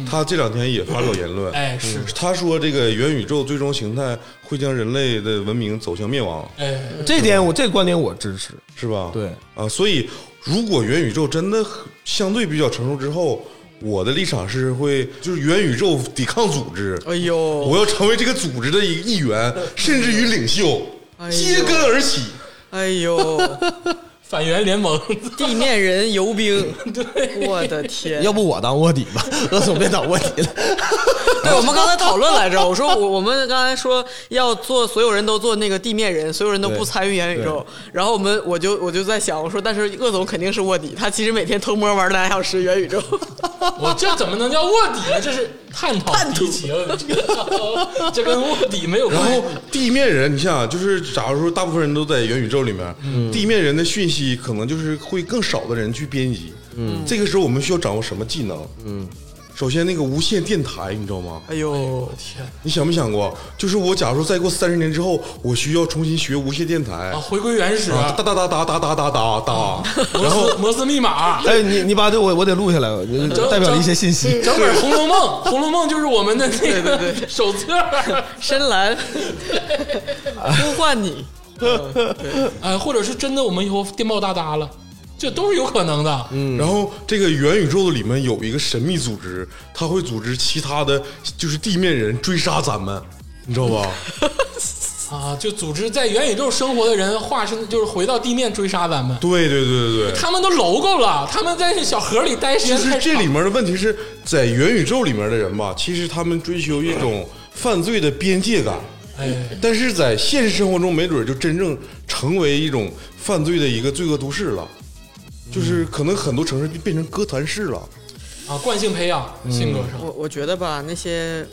C: 他这两天也发表言论，
A: 哎是
C: 嗯他说这个元宇宙最终形态会将人类的文明走向灭亡，
A: 哎，
D: 这点我这观点我支持。
C: 是吧？
D: 对
C: 啊，所以如果元宇宙真的很相对比较成熟之后，我的立场是会就是元宇宙抵抗组织，
B: 哎呦，
C: 我要成为这个组织的一一员，甚至于领袖，
B: 哎呦
C: 揭竿而起。
B: 哎呦，
A: 反元联盟，
B: 地面人游 兵，我的 天！
D: 要不我当卧底吧， 鄂总别当卧底了。
B: 对，我们刚才讨论来着，我说 我我们刚才说要做，所有人都做那个地面人，所有人都不参与元宇宙。然后我们我就我就在想，我说但是鄂总肯定是卧底，他其实每天偷摸玩俩小时元宇宙。
A: 我这怎么能叫卧底呢？这是探讨
B: 叛徒
A: 敌情，这跟卧底没有
C: 然
A: 关系
C: 后。地面人，你想，就是假如说大部分人都在元宇宙里面，地面人的讯息可能就是会更少的人去编辑。嗯，这个时候我们需要掌握什么技能？嗯，首先那个无线电台，你知道吗？
B: 哎呦，
A: 天
C: 你想没想过，就是我假如说再过三十年之后，我需要重新学无线电台
A: 啊，回归原始，
C: 啊，哒哒哒哒哒哒哒哒哒，
A: 摩斯摩斯密码， 啊
D: 哎，你你把这我我得录下来，我这代表了一些信息。
A: 整本《红楼梦》，《红楼梦》就是我们的那
B: 对对
A: 个
B: 对
A: 手册。
B: 深 蓝，呼唤你，
A: 哎，或者是真的，我们以后电报大搭了，这都是有可能的。嗯，
C: 然后这个元宇宙里面有一个神秘组织，它会组织其他的就是地面人追杀咱们，你知道吧？
A: 啊，就组织在元宇宙生活的人化身，就是回到地面追杀咱们。
C: 对对对对对。
A: 他们都 logo 了，他们在小河里待时
C: 其
A: 间
C: 实
A: 太
C: 这
A: 长
C: 里面的问题是在元宇宙里面的人吧，其实他们追求一种犯罪的边界感，
A: 哎，
C: 但是在现实生活中，没准就真正成为一种犯罪的一个罪恶都市了，就是可能很多城市就变成哥谭市了。
A: 啊，惯性培养性格上，
B: 我我觉得吧，那些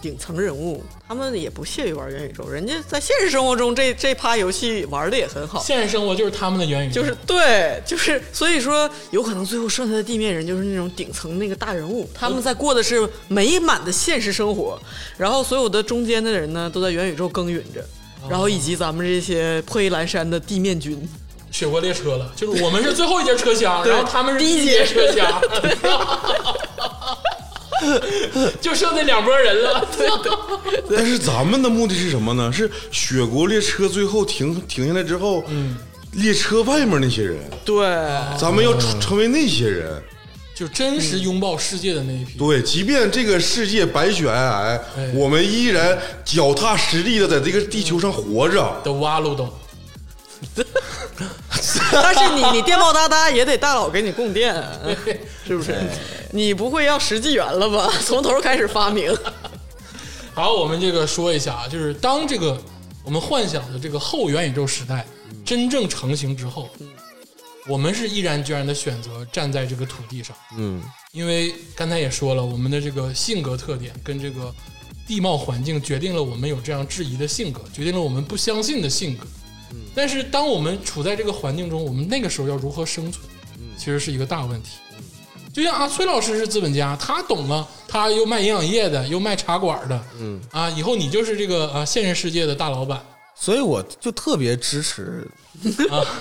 B: 顶层人物他们也不屑于玩元宇宙，人家在现实生活中这这趴游戏玩的也很好。
A: 现实生活就是他们的元宇宙，
B: 就是对，就是所以说，有可能最后剩下的地面人就是那种顶层那个大人物，他
A: 嗯
B: 们在过的是美满的现实生活，然后所有的中间的人呢，都在元宇宙耕耘着，
A: 哦
B: 然后以及咱们这些破衣阑珊的地面军，
A: 雪国列车了，就是我们是最后一节车厢，然后他们是
B: 第一
A: 第节
B: 节
A: 车厢， 就剩那两拨人了。
C: 但是咱们的目的是什么呢？是雪国列车最后停停下来之后，列车外面那些人，
B: 对，
C: 咱们要出成为那些人。
A: 就真实拥抱世界的那一批。
C: 对，即便这个世界白雪皑皑，我们依然脚踏实地的在这个地球上活着。
A: 的挖路都，
B: 但是你你电报哒哒也得大佬给你供电，是不是？你不会要十纪元了吧？从头开始发明，
A: 好，我们这个说一下啊，就是当这个我们幻想的这个后元宇宙时代真正成型之后，我们是毅然决然的选择站在这个土地上，
D: 嗯，
A: 因为刚才也说了，我们的这个性格特点跟这个地貌环境决定了我们有这样质疑的性格，决定了我们不相信的性格。但是当我们处在这个环境中，我们那个时候要如何生存，其实是一个大问题。就像啊，崔老师是资本家，他懂啊，他又卖营养液的，又卖茶馆的，嗯啊，以后你就是这个啊现实世界的大老板，
D: 所以我就特别支持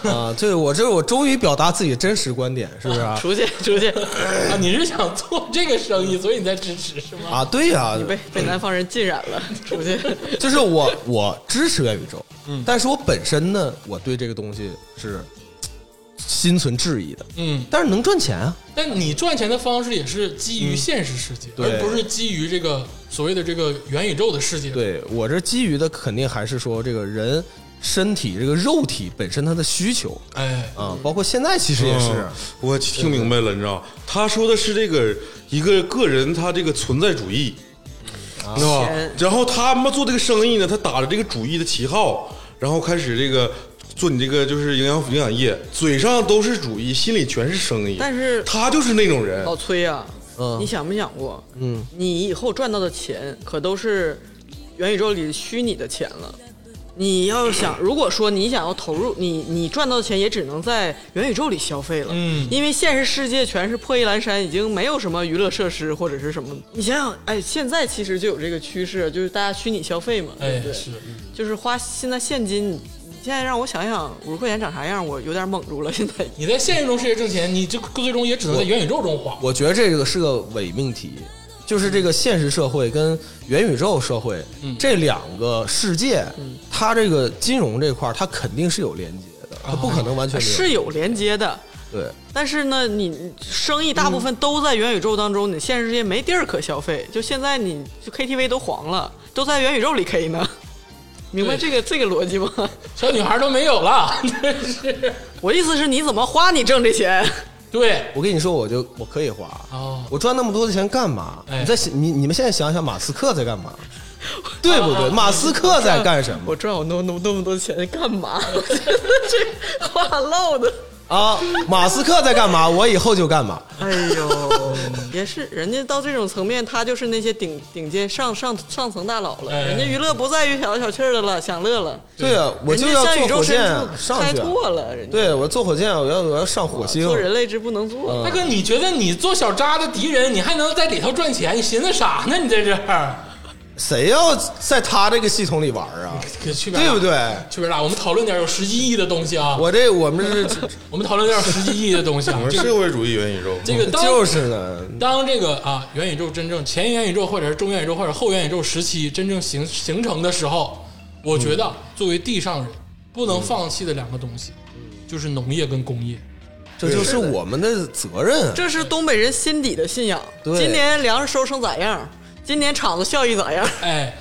D: 啊，对我这我终于表达自己真实观点，是不是啊？
B: 出 去出去，
A: 啊，你是想做这个生意，所以你在支持是吗？
D: 啊，对呀、
B: 被被南方人浸染了，出去。
D: 就是 我我支持元宇宙，但是我本身呢，我对这个东西是心存质疑的，
A: 嗯，
D: 但是能赚钱啊，
A: 但你赚钱的方式也是基于现实世界，
D: 嗯对
A: 而不是基于这个所谓的这个元宇宙的世界。，
D: 对我这基于的肯定还是说这个人身体这个肉体本身它的需求
A: 哎，
D: 啊，包括现在其实也是，
C: 嗯我听明白了，你知道，他说的是这个一个个人他这个存在主义，你知道吧
B: 钱？
C: 然后他们做这个生意呢，他打着这个主义的旗号，然后开始这个做你这个就是营养营养液，嘴上都是主义，心里全是生意。
B: 但 是
C: 他就是那种人，
B: 老崔啊，
D: 嗯
B: 你想没想过，
D: 嗯，
B: 你以后赚到的钱可都是元宇宙里虚拟的钱了。你要想，如果说你想要投入，你你赚到的钱也只能在元宇宙里消费了，
A: 嗯
B: 因为现实世界全是破衣烂衫，已经没有什么娱乐设施或者是什么。你想想，哎，现在其实就有这个趋势，就是大家虚拟消费嘛，对
A: 哎
B: 不对？
A: 是，
D: 嗯
B: 就是花现在现金，你现在让我想想五十块钱长啥样，我有点懵住了。现在
A: 你在现实中世界挣钱，你这最终也只能在元宇宙中花。
D: 我觉得这个是个伪命题，就是这个现实社会跟元宇宙社会、这两个世界，它这个金融这块儿它肯定是有连接的，它不可能完全没有。
B: 是有连接的，
D: 对，
B: 但是呢，你生意大部分都在元宇宙当中，你现实世界没地儿可消费。就现在你就 KTV 都黄了，都在元宇宙里 K 呢， 明白这个这个逻辑吗？
A: 小女孩都没有了， 真是
B: 我意思是，你怎么花你挣这钱？
A: 对
D: 我跟你说，我就我可以花，
A: 哦
D: 我赚那么多的钱干嘛？
A: 哎
D: 你在你你们现在想想，马斯克在干嘛？对不对？马斯克在干什 么
B: 我赚我那么那么那么多钱干嘛？我觉得 这话唠的，
D: 啊？马斯克在干嘛？我以后就干嘛。
B: 哎呦，也是，人家到这种层面，他就是那些顶顶尖上上上层大佬了，
A: 哎
B: 人家娱乐不在于小来小去儿的了，享乐了。
D: 对啊，我就要
B: 人家向宇
D: 坐
B: 宙
D: 火箭
B: 深处
D: 上
B: 开
D: 去啊。
B: 拓了，人家
D: 对，我坐火箭，啊我要我要上火星。啊
B: 做人类之不能做。
D: 嗯
A: 大哥，你觉得你做小渣的敌人，你还能在里头赚钱？你寻思啥呢？你在这儿，
D: 谁要在他这个系统里玩啊？
A: 可去边儿
D: 对
A: 拉
D: 不？对？
A: 去边儿拉，我们讨论点有实际意义的东西啊！
D: 我这我们是
A: 我们讨论点有实际意义的东西 啊
C: 我！们
A: 这个
C: 社会主义元宇宙。
A: 这个当
D: 就是呢，
A: 当这个啊元宇宙真正前元宇宙或者是中元宇宙或者后元宇宙时期真正形形成的时候，我觉得作为地上人不能放弃的两个东西，
D: 嗯
A: 就是农业跟工业。
D: 这就是我们的责任啊。
B: 这是东北人心底的信仰。
D: 对
B: 今年粮食收成咋样？今年厂子效益咋样？
A: 哎，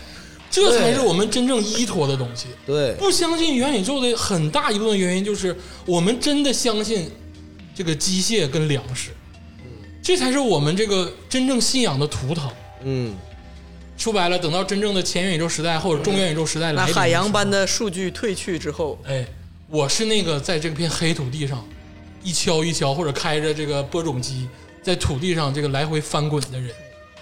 A: 这才是我们真正依托的东西。
D: 对，
A: 不相信元宇宙的很大一部分原因就是我们真的相信这个机械跟粮食，这才是我们这个真正信仰的图腾。
D: 嗯，
A: 说白了，等到真正的前元宇宙时代或者中元宇宙时代来
B: 那
A: 临的时候，
B: 海洋般的数据退去之后，
A: 哎，我是那个在这片黑土地上一锹一锹，或者开着这个播种机在土地上这个来回翻滚的人，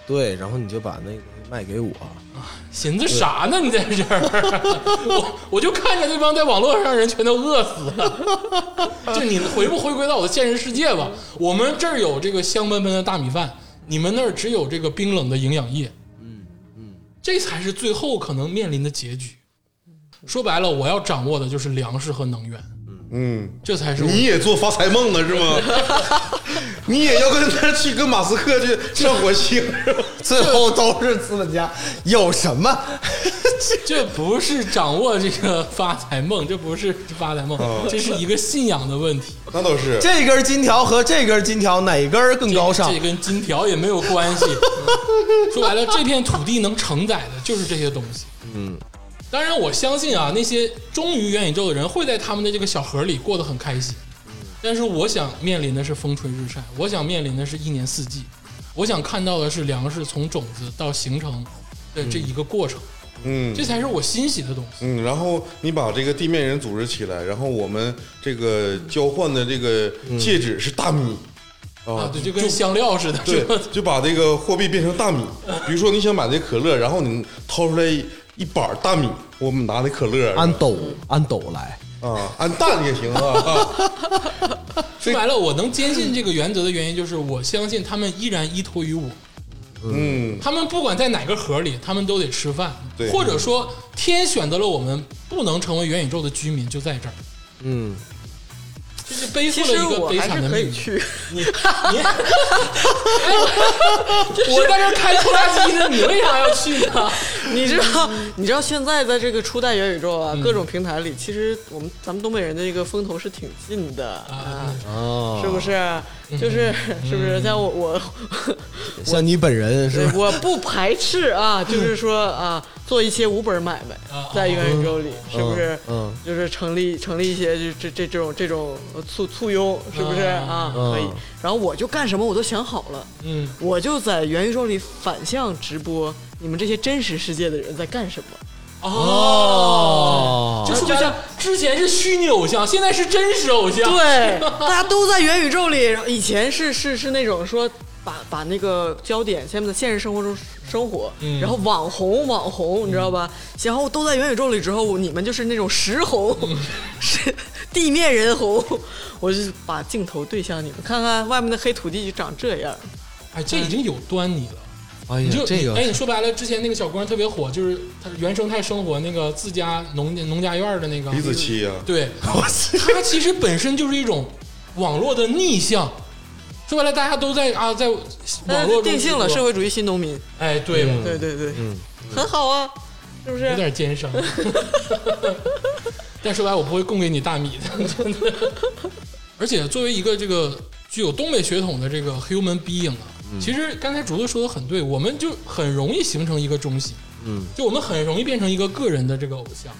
D: 对，然后你就把那个卖给我，啊
A: 寻思啥呢？你在这儿， 我我就看着那帮在网络上人全都饿死了。就你回不回归到我的现实世界吧？我们这儿有这个香喷喷的大米饭，你们那儿只有这个冰冷的营养液。嗯嗯，这才是最后可能面临的结局。说白了，我要掌握的就是粮食和能源，
C: 嗯，
A: 这才是我
C: 你也做发财梦了是吗？ 你也要跟他去跟马斯克去上火星是吧？
D: 最后都是资本家，有什 么？
A: 这不是掌握这个发财梦，这不是发财梦，这是一个信仰的问题，
C: 那倒是。
D: 这根金条和这根金条哪根儿更高尚
A: 这？跟金条也没有 关系。说白了，这片土地能承载的就是这些东西。嗯，当然，我相信啊，那些忠于元宇宙的人会在他们的这个小盒里过得很开心。但是我想面临的是风吹日晒，我想面临的是一年四季，我想看到的是粮食从种子到形成的这一个过程，
C: 嗯
A: 这才是我欣喜的东西。
C: 嗯，然后你把这个地面人组织起来，然后我们这个交换的这个戒指是大米、
A: 啊，对，就跟香料似的，
D: 嗯
C: 对
A: 是 吧，
C: 就把这个货币变成大米。比如说你想买这可乐，然后你掏出来一板儿大米，我们拿那可乐
D: 按斗按斗来，
C: 啊，按蛋也行 啊。
A: 说白了，我能坚信这个原则的原因就是，我相信他们依然依托于我。
C: 嗯，
A: 他们不管在哪个盒里，他们都得吃饭。
C: 对
A: 或者说天选择了我们不能成为元宇宙的居民，就在这儿，
D: 嗯，
A: 就是背负
B: 其
A: 了
B: 实
A: 一个
B: 我
A: 悲
B: 还
A: 惨
B: 是
A: 的
B: 可
A: 命
B: 以
A: 运。
B: 去，
A: 你你，我在这儿开拖拉机呢，你为啥要 去呢？
B: 你知道，你知道现在在这个初代元宇宙啊，各种平台里，其实我们咱们东北人的这个风头是挺近的啊，
D: 哦
B: 是不是？就是是不是？像我 我
D: 像你本人是
B: 对
D: 吧？
B: 我不排斥啊，就是说啊，做一些无本买卖
A: 啊，
B: 在元宇宙里，是不是？
D: 嗯嗯
B: 就是成立成立一些就这这这种这种呃簇簇拥，是不是啊？
D: 嗯
B: 可以。然后我就干什么我都想好了，
A: 嗯，
B: 我就在元宇宙里反向直播你们这些真实世界的人在干什么。
A: 哦，
D: 哦
A: 就就像之前是虚拟偶像，现在是真实偶像。
B: 对，大家都在元宇宙里。然后以前是是是那种说把把那个焦点先在现实生活中生活，
A: 嗯
B: 然后网红网红，你知道吧？然后都在元宇宙里之后，你们就是那种实红， 是地面人红。我就把镜头对向你们，看看外面的黑土地就长这样。
A: 哎，这已经有端倪了。
C: 嗯
D: 哎
A: 你
D: 呀
A: 就，
D: 这个
A: 哎，你说白了，之前那个小姑娘特别火，就是她原生态生活那个自家农农家院儿的那个
C: 李子柒啊，
A: 对，它其实本身就是一种网络的逆向。说白了，大家都在啊，在网
B: 但
A: 络中
B: 是呃定性了
A: 生
B: 社
A: 活。
B: 会主义新农民，
A: 哎，对，
D: 嗯
B: 对对对，很好啊，是不
A: 有
B: 是？
A: 点奸 商。但说白，了，我不会供给你大米的，真的。而且作为一个这个具有东北血统的这个 human being 啊，其实刚才竹子说的很对，我们就很容易形成一个中心，
D: 嗯，
A: 就我们很容易变成一个个人的这个偶像。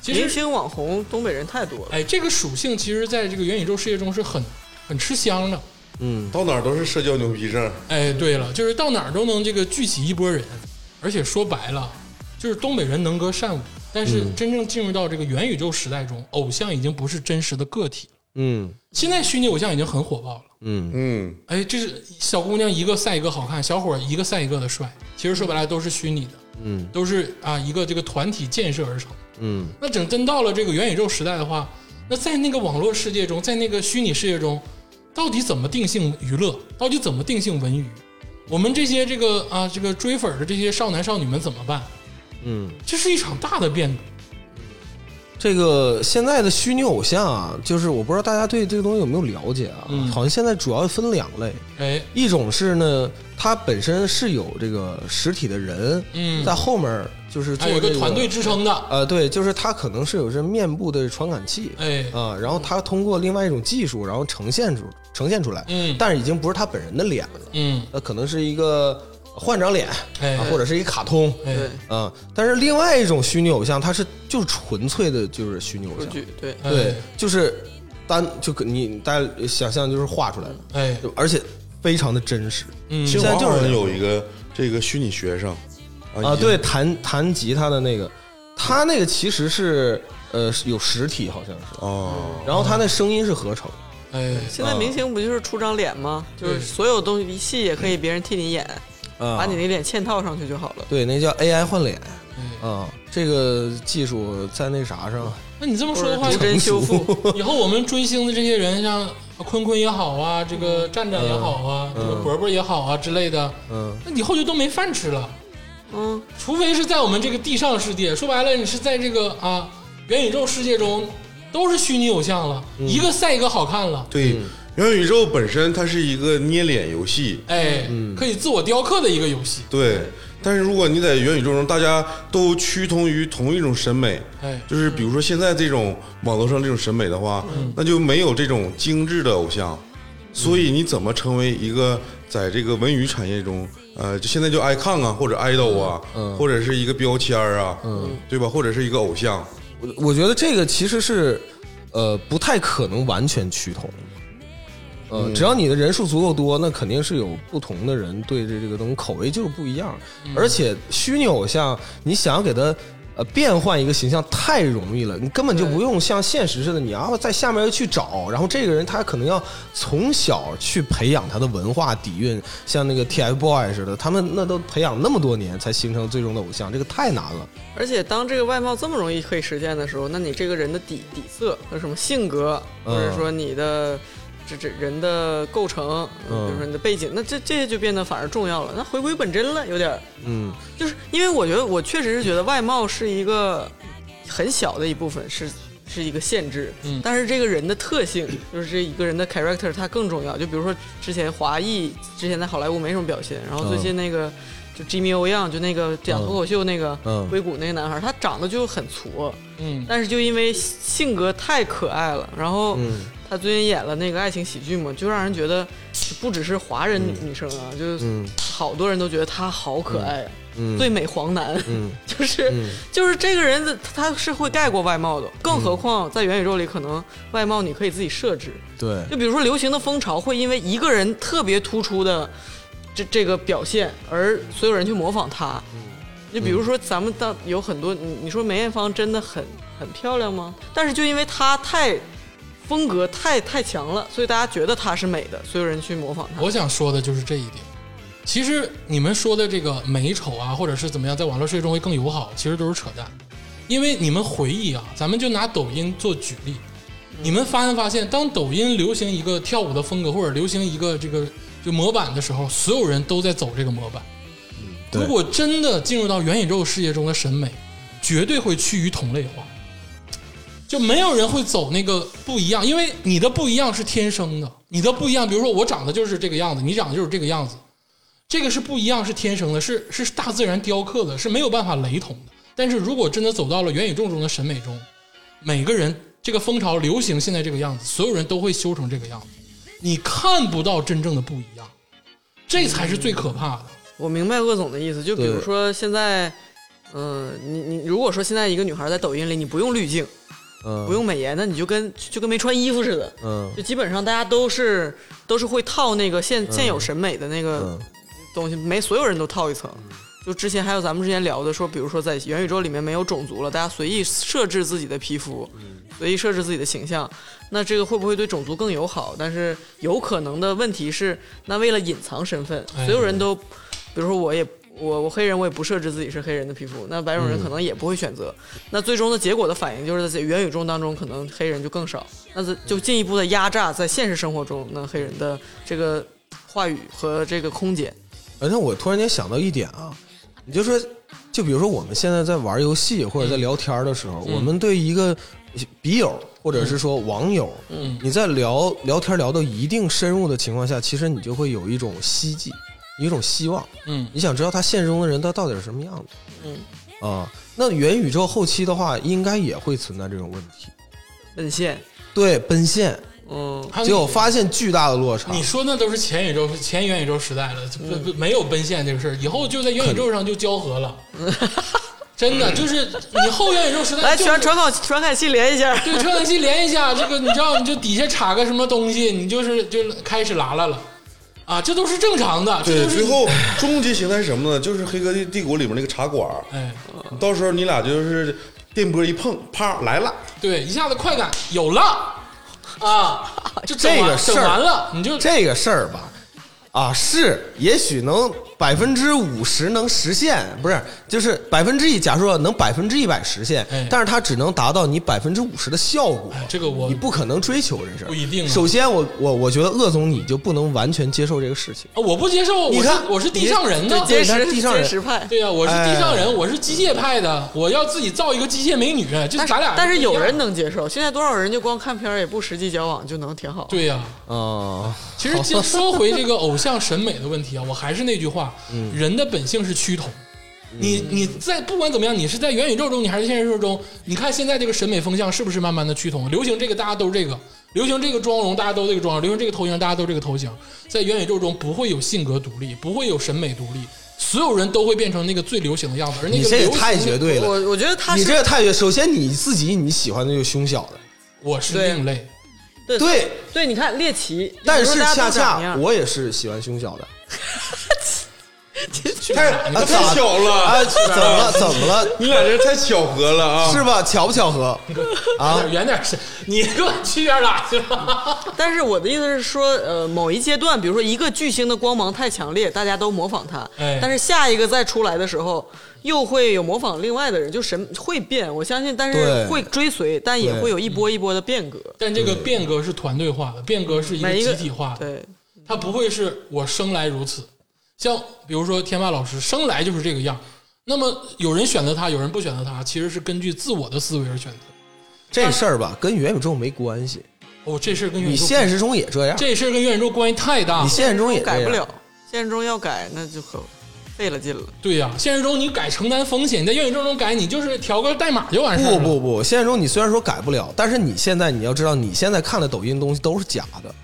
A: 其
B: 明
A: 实，
B: 星网红，东北人太多了。
A: 哎，这个属性其实在这个元宇宙世界中是很很吃香的。
D: 嗯，
C: 到哪儿都是社交牛逼症。
A: 哎，对了，就是到哪儿都能这个聚起一波人，而且说白了，就是东北人能歌善舞，但是真正进入到这个元宇宙时代中，偶像已经不是真实的个体了。
D: 嗯
A: 现在虚拟偶像已经很火爆了，
D: 嗯
C: 嗯，
A: 哎，这是小姑娘一个赛一个好看，小伙儿一个赛一个的帅，其实说白了都是虚拟的，
D: 嗯
A: 都是啊一个这个团体建设而成。
D: 嗯
A: 那整真到了这个元宇宙时代的话，那在那个网络世界中，在那个虚拟世界中，到底怎么定性娱乐？到底怎么定性文娱？我们这些这个啊这个追粉儿的这些少男少女们怎么办？
D: 嗯，
A: 这是一场大的变动。
D: 这个现在的虚拟偶像啊，就是我不知道大家对这个东西有没有了解啊，
A: 嗯
D: 好像现在主要分两类，
A: 哎，
D: 一种是呢，它本身是有这个实体的人，
A: 嗯
D: 在后面儿就是做、
A: 还
D: 这
A: 有一个团队支撑的，
D: 呃，对，就是它可能是有这面部的传感器，
A: 哎，
D: 啊、然后它通过另外一种技术，然后呈现出呈现出来，
A: 嗯
D: 但是已经不是他本人的脸了，
A: 嗯，
D: 那可能是一个换张脸，
A: 哎
D: 啊，或者是一卡通，
A: 哎，
B: 对，
D: 啊、但是另外一种虚拟偶像，它是就是纯粹的，就是虚拟偶
B: 数
D: 像，
B: 据对。
A: 哎
D: 对，，就是单就跟你大家想象就是画出来的，
A: 哎，
D: 就而且非常的真实，
A: 嗯，
C: 清
D: 现
C: 华
D: 在就是
C: 好像有一个这个虚拟学生
D: 啊、
C: 已经
D: 对，弹弹吉他的那个，他那个其实是呃是有实体好像是，
C: 哦，
D: 然后他那声音是合成，
A: 哎，
B: 现在明星不就是出张脸吗？
A: 嗯
B: 就是所有东西一戏也可以别人替你演，
D: 啊、
B: 把你那脸嵌套上去就好了。
D: 对，那叫 AI 换脸
A: 哎，
D: 啊、这个技术在那啥上，
A: 那你这么说的话
B: 或者，逐帧修复，
A: 以后我们追星的这些人，像坤坤也好啊，这个站站也好啊，这个伯伯也好啊之类的，
D: 嗯，
A: 那以后就都没饭吃了。
B: 嗯，
A: 除非是在我们这个地上世界，说白了，你是在这个啊元宇宙世界中，都是虚拟偶像了，一个赛一个好看了，
C: 对，
D: 嗯
C: 元宇宙本身它是一个捏脸游戏，
A: 哎，可以自我雕刻的一个游戏，
C: 对。但是如果你在元宇宙中，大家都趋同于同一种审美，
A: 哎，
C: 就是比如说现在这种网络上这种审美的话，那就没有这种精致的偶像，所以你怎么成为一个在这个文娱产业中，呃，就现在就 icon 啊，或者 idol 啊，或者是一个标签儿啊，对吧？或者是一个偶像，
D: 我我觉得这个其实是，呃，不太可能完全趋同。呃，
B: 嗯
D: 只要你的人数足够多，那肯定是有不同的人对这这个东西口味就是不一样。
B: 嗯
D: 而且虚拟偶像，你想要给他呃变换一个形象太容易了，你根本就不用像现实似的，你要在下面要去找，然后这个人他可能要从小去培养他的文化底蕴，像那个 TFBOY 似的，他们那都培养那么多年才形成最终的偶像，这个太难了。
B: 而且当这个外貌这么容易可以实现的时候，那你这个人的底底色，有什么性格，
D: 嗯
B: 或者说你的这这人的构成，
D: 嗯
B: 比如说你的背景，那这这些就变得反而重要了。那回归本真了，有点儿
D: 嗯
B: 就是因为我觉得我确实是觉得外貌是一个很小的一部分，是是一个限制。
A: 嗯
B: 但是这个人的特性，就是这一个人的 character，它更重要。就比如说之前华裔之前在好莱坞没什么表现，然后最近那个。就 Jimmy O Yang，就那个讲脱口秀那个
D: 嗯
B: 硅谷那个男孩，他长得就很矬，
A: 嗯，
B: 但是就因为性格太可爱了，然后他最近演了那个爱情喜剧嘛，就让人觉得不只是华人女女生啊，就是好多人都觉得他好可爱啊，最美黄男， 就是就是这个人的他他是会盖过外貌的，更何况在元宇宙里，可能外貌你可以自己设置，
D: 对，
B: 就比如说流行的风潮会因为一个人特别突出的这这个表现，而所有人去模仿他。
D: 嗯
B: 就比如说咱们当有很多，你你说梅艳芳真的很很漂亮吗？但是就因为她太风格太太强了，所以大家觉得她是美的，所有人去模仿她。
A: 我想说的就是这一点。其实你们说的这个美丑啊，或者是怎么样，在网络世界中会更友好，其实都是扯淡。因为你们回忆啊，咱们就拿抖音做举例，你们发没发现，当抖音流行一个跳舞的风格，或者流行一个这个就模板的时候，所有人都在走这个模板。
D: 对
A: 如果真的进入到元宇宙世界中的审美，绝对会趋于同类化，就没有人会走那个不一样，因为你的不一样是天生的，你的不一样，比如说我长得就是这个样子，你长得就是这个样子，这个是不一样，是天生的，是是大自然雕刻的，是没有办法雷同的。但是如果真的走到了元宇宙中的审美中，每个人这个风潮流行现在这个样子，所有人都会修成这个样子，你看不到真正的不一样，这才是最可怕的。
B: 我明白鄂总的意思，就比如
D: 对
B: 说现在，嗯、你你如果说现在一个女孩在抖音里，你不用滤镜，
D: 嗯
B: 不用美颜，那你就跟就跟没穿衣服似的。
D: 嗯
B: 就基本上大家都是都是会套那个现现有审美的那个
D: 嗯
B: 东西，没所有人都套一层。就之前还有咱们之前聊的说，比如说在元宇宙里面没有种族了，大家随意设置自己的皮肤，随意设置自己的形象，那这个会不会对种族更友好？但是有可能的问题是，那为了隐藏身份，
A: 哎
B: 所有人都，比如说我也我我黑人，我也不设置自己是黑人的皮肤，那白种人可能也不会选择。那最终的结果的反应就是在元宇宙当中，可能黑人就更少，那这就进一步的压榨在现实生活中那黑人的这个话语和这个空间。
D: 而且哎我突然间想到一点啊，你就说，就比如说我们现在在玩游戏或者在聊天的时候，我们对一个笔友或者是说网友，
A: 嗯
D: 你在聊聊天聊到一定深入的情况下，其实你就会有一种希冀，有一种希望，
A: 嗯，
D: 你想知道他现实中的人他到底是什么样子。
B: 嗯，
D: 啊，那元宇宙后期的话，应该也会存在这种问题。
B: 奔现，
D: 对，奔现，
B: 嗯，
A: 还有
D: 结果发现巨大的落差。
A: 你说那都是前宇宙、前元宇宙时代了，
D: 嗯
A: 不不没有奔现这个事儿，以后就在元宇宙上就交合 了。真的就是你后元宇宙时代
D: 哎
B: 来
A: 就
B: 传传口传感器连一下。
A: 对传感器连一下，这个你知道，你就底下插个什么东西，你就是就开始拉拉了啊，这都是正常的，这
C: 对，
A: 都是
C: 最后终极形态是什么呢？就是《黑客帝帝国》里面那个茶馆儿，
A: 哎，
C: 到时候你俩就是电波一碰，啪来了。
A: 对，一下子快感有了啊，就整
D: 这
A: 完
D: 个事
A: 整
D: 儿
A: 完了，你就
D: 这个事儿吧，啊，是也许能百分之五十能实现，不是，就是百分之一，假如说能百分之一百实现，
A: 哎
D: 但是它只能达到你百分之五十的效果。
A: 哎这个我
D: 你不可能追求这事儿，
A: 不一定啊
D: 首先我，我我觉得鄂总你就不能完全接受这个事情。
A: 啊我不接受，
D: 你
A: 我是
D: 看
A: 我是地上人呢，
D: 对
B: 坚
D: 他是
B: 实
D: 地上人
B: 坚实派。
A: 对呀、我是地上人，
D: 哎
A: 我是机械派的，我要自己造一个机械美女，这
B: 但是
A: 咱俩
B: 但是有人
A: 能
B: 能接受，现在多少人就光看片儿也不实际交往就能挺好。
A: 对呀、
D: 啊、
A: 其实
D: 嗯
A: 这说回这个偶像审美的问题啊，我还是那句话，人的本性是趋同，你你在不管怎么样，你是在元宇宙中，你还是现实中，你看现在这个审美风向是不是慢慢的趋同？流行这个大家都这个，流行这个妆容大家都这个妆容，流行这个头型大家都这个头型。在元宇宙中不会有性格独立，不会有审美独立，所有人都会变成那个最流行的样子。而那
D: 你
A: 个
D: 这也
A: 流行
D: 太绝对了，
B: 我我觉得他
D: 你
B: 是
D: 这也太绝。首先你自己你喜欢的就是胸小的，
A: 我是
B: 对
A: 另类，
B: 对
D: 对，
B: 对，你看猎奇，
D: 但
B: 你
D: 是
B: 说大家
D: 恰
B: 都长那
D: 恰
B: 样
D: 我也是喜欢胸小的。
A: 你干
C: 太太
A: 嘛
C: 巧了
D: 啊，怎么了？怎么了？
C: 你俩这太巧合了啊！
D: 是吧？巧不巧合？啊，
A: 远点是，你给我去点哪去了？
B: 但是我的意思是说，呃，某一阶段，比如说一个巨星的光芒太强烈，大家都模仿他，
A: 哎
B: 但是下一个再出来的时候，又会有模仿另外的人，就审会变，我相信，但是
D: 对
B: 会追随，但也
D: 对
B: 会有一波一波的变革，
A: 但这个变革是团队化的，变革是一个
B: 每一
A: 集
B: 个
A: 体化的，
B: 对，
A: 它不会是我生来如此。像比如说天霸老师生来就是这个样，那么有人选择他，有人不选择他，其实是根据自我的思维而选择。
D: 这事儿吧，跟元宇宙没关系。
A: 哦，这事儿跟元宇
D: 你
A: 宙
D: 现实中也这样，
A: 这事儿跟元宇宙关系太大
D: 你
A: 了。
D: 现实中也这样
B: 改不。了，现实中要改那就可费了劲了。
A: 对呀、现实中你改承担风险，你在元宇宙中改，你就是调个代码就完事儿
D: 不
A: 了。
D: 不不，现实中你虽然说改不了，但是你现在你要知道，你现在看的抖音东西都是假的，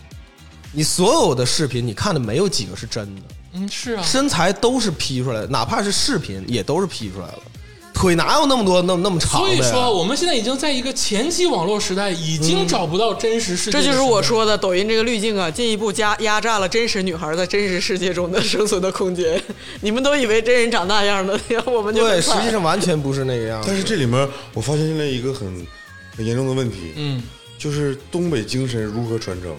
D: 你所有的视频你看的没有几个是真的，
A: 嗯，是啊，
D: 身材都是 P 出来的，哪怕是视频也都是 P 出来了，腿哪有那么多那么那么长
A: 所
D: 的嗯
A: 以
D: 呀？
A: 说啊我们现在已经在一个前期网络时代，已经找不到真实世界、
B: 这就是我。说的抖音这个滤镜啊，进一步加压榨了真实女孩在真实世界中的生存的空间。 你们都以为真人长那样的， 然后我们就
D: 对，
B: 很
D: 实
B: 惨
D: 际上完全不是那个样
C: 但
D: 子。
C: 是这里面我发现现在一个很很严重的问题，
A: 嗯，
C: 就是东北精神如何传承。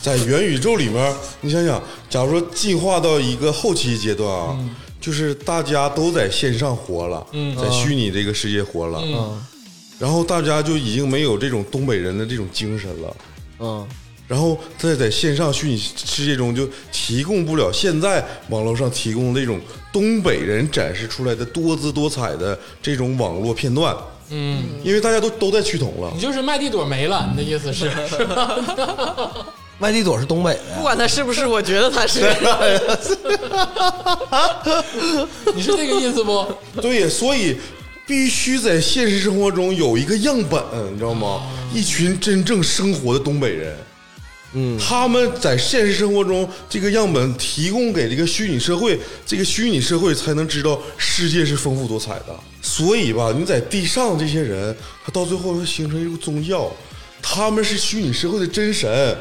C: 在元宇宙里面，你想想，假如说进化到一个后期阶段啊，就是大家都在线上活了，
A: 嗯
C: 在虚拟这个世界活了，
A: 嗯
C: 然后大家就已经没有这种东北人的这种精神了。
D: 嗯，
C: 然后在在线上虚拟世界中就提供不了现在网络上提供的这种东北人展示出来的多姿多彩的这种网络片段，
A: 嗯，
C: 因为大家都都在趋同了
A: 你。就是麦地朵没了，你的意思是？是吧
D: 麦地朵是东北的，
B: 不管他是不是，我觉得他是。
A: 你是这个意思不？
C: 对，所以必须在现实生活中有一个样本，你知道
B: 啊
C: 吗？一群真正生活的东北人。嗯，他们在现实生活中这个样本提供给这个虚拟社会，这个虚拟社会才能知道世界是丰富多彩的。所以吧，你在地上这些人，他到最后会形成一个宗教，他们是虚拟社会的真神。
B: 嗯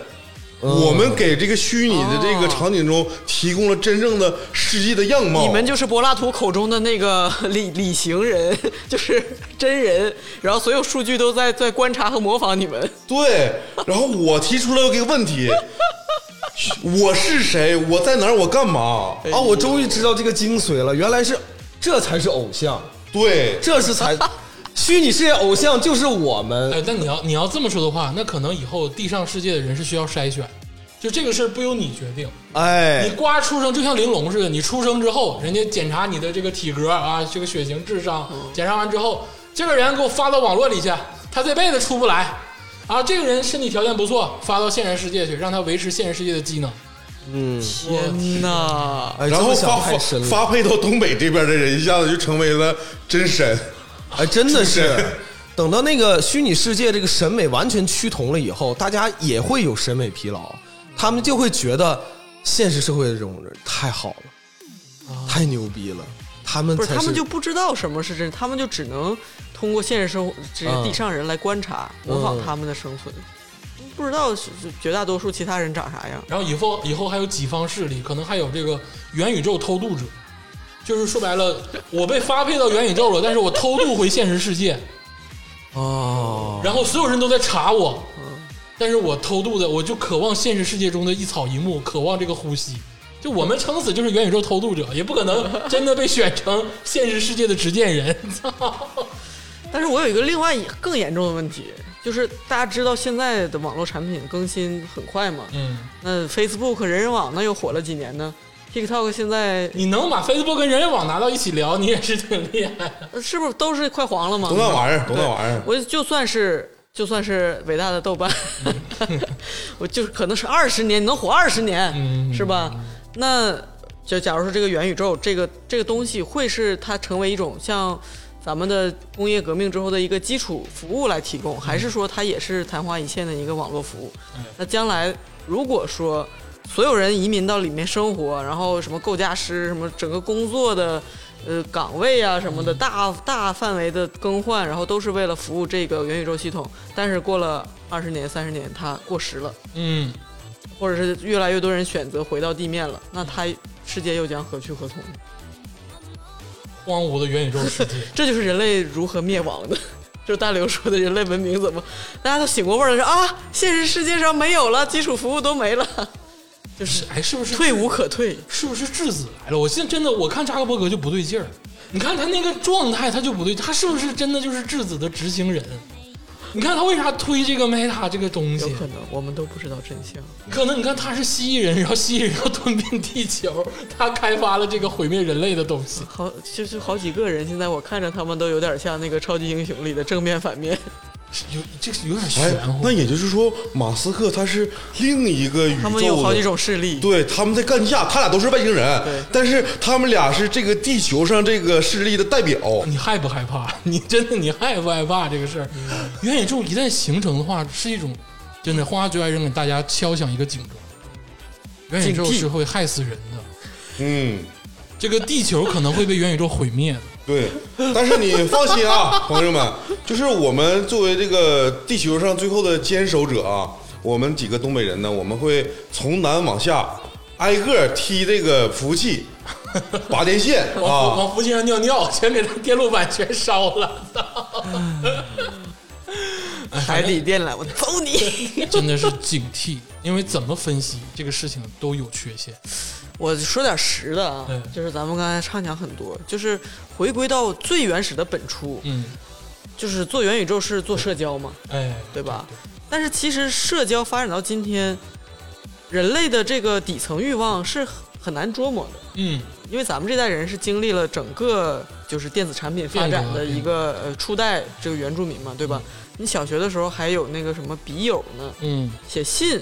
C: 我们给这个虚拟的这个场景中提供了真正的世界的样 貌。
B: 你们就是柏拉图口中的那个 理理型人， 就是真人，然后所有数据都在在观察和模仿你们。
C: 对，然后我提出了一个问题： 我是谁？我在哪儿？我干嘛？
D: 哦，我终于知道这个精髓了，原来是这才是偶像，
C: 对，
D: 这是才虚拟世界偶像就是我们。
A: 哎，但你要你要这么说的话，那可能以后地上世界的人是需要筛选，就这个事儿不由你决定。
D: 哎
A: 你，瓜出生就像玲珑似的，你出生之后，人家检查你的这个体格啊，这个血型、智商，检查完之后，这个人给我发到网络里去，他这辈子出不来。啊，这个人身体条件不错，发到现实世界去，让他维持现实世界的机能。
B: 天哪！
D: 哎，
C: 然
D: 这
C: 后
D: 么想
C: 发
D: 太
C: 发
D: 深了，
C: 发配到东北这边的人，一下子就成为了真神。
B: 哦
D: 哎，真的
C: 是不
D: 是
C: 是。
D: 等到那个虚拟世界这个审美完全趋同了以后，大家也会有审美疲劳，他们就会觉得现实社会的这种人太好了，太牛逼了，他们
B: 不
D: 才
B: 是，他们就不知道什么是真，他们就只能通过现实生活这些
D: 嗯
B: 地上人来观察、模仿
D: 嗯
B: 他们的生存，不知道是绝大多数其他人长啥样。
A: 然后以后以后还有己方势力，可能还有这个元宇宙偷渡者，就是说白了，我被发配到元宇宙了，但是我偷渡回现实世界，
D: 哦，
A: 然后所有人都在查我，但是我偷渡的，我就渴望现实世界中的一草一木，渴望这个呼吸。就我们撑死就是元宇宙偷渡者，也不可能真的被选成现实世界的执剑人。 操
B: 但是我有一个另外一更严重的问题，就是大家知道现在的网络产品更新很快嘛，
A: 嗯，
B: 那 Facebook 人人网那又火了几年呢？TikTok 现在
A: 你能把 Facebook 跟人人网拿到一起聊，你也是挺厉害的。
B: 呃是不是都是快黄了吗？
C: 都那玩意儿，都那玩意儿。
B: 我就算是就算是伟大的豆瓣， 我就是可能是二十年，你能活二十年、是吧？那就假如说这个元宇宙这个这个东西会是它成为一种像咱们的工业革命之后的一个基础服务来提供，还是说它也是昙花一现的一个网络服务？那将来如果说所有人移民到里面生活，然后什么构架师、什么整个工作的呃岗位啊什么的，大大范围的更换，然后都是为了服务这个元宇宙系统。但是过了二十年、三十年，它过时了，
A: 嗯，
B: 或者是越来越多人选择回到地面了，那它世界又将何去何从？
A: 荒芜的元宇宙世界，
B: 这就是人类如何灭亡的。 就是大刘说的，人类文明怎么大家都醒过味儿了，说啊，现实世界上没有了，基础服务都没了，就是
A: 哎，是不是
B: 退无可退。
A: 是不是质子来了？我现在真的，我看扎克伯格就不对劲儿。你看他那个状态，他就不对，他是不是真的就是质子的执行人？你看他为啥推这个 Meta 这个东
B: 有
A: 西？
B: 可能我们都不知道真相。
A: 可能你看他是蜥蜴人，然后蜥蜴人要吞并地球，他开发了这个毁灭人类的东西。
B: 好，就是好几个人，现在我看着他们都有点像那个超级英雄里的正面反面，
A: 有这个有点
C: 哎
A: 玄，乎
C: 那。也就是说，马斯克他是另一个宇宙的，
B: 他们有好几种势力。
C: 对，他们在干架，他俩都是外星人
B: 对，
C: 但是他们俩是这个地球上这个势力的代表。
A: 你害不害怕？你真的你害不害怕这个事儿？元宇宙一旦形成的话，是一种真的《花花最爱人》给大家敲响一个警钟，元宇宙
B: 警惕
A: 是会害死人的。
C: 嗯，
A: 这个地球可能会被元宇宙毁 灭的。
C: 对。但是你放心啊， 朋友们，就是我们作为这个地球上最后的坚守者啊，我们几个东北人呢，我们会从南往下挨个儿踢这个服务器，拔电线
A: 往
C: 啊。
A: 往福建上尿尿，全给他电路板全烧了，操！
B: 海底电缆，我揍你！
A: 真的是警惕，因为怎么分析这个事情都有缺陷。
B: 我说点实的啊
A: 嗯，
B: 就是咱们刚才畅想很多，就是回归到最原始的本初，
A: 嗯，
B: 就是做元宇宙是做社交嘛，
A: 哎，
B: 对吧？但是其实社交发展到今天，人类的这个底层欲望是很很难捉摸的。
A: 嗯，
B: 因为咱们这代人是经历了整个就是电子产品发展的嗯一个呃初代这个原住民嘛，对吧？你小学的时候还有那个什么笔友呢，
A: 嗯，
B: 写信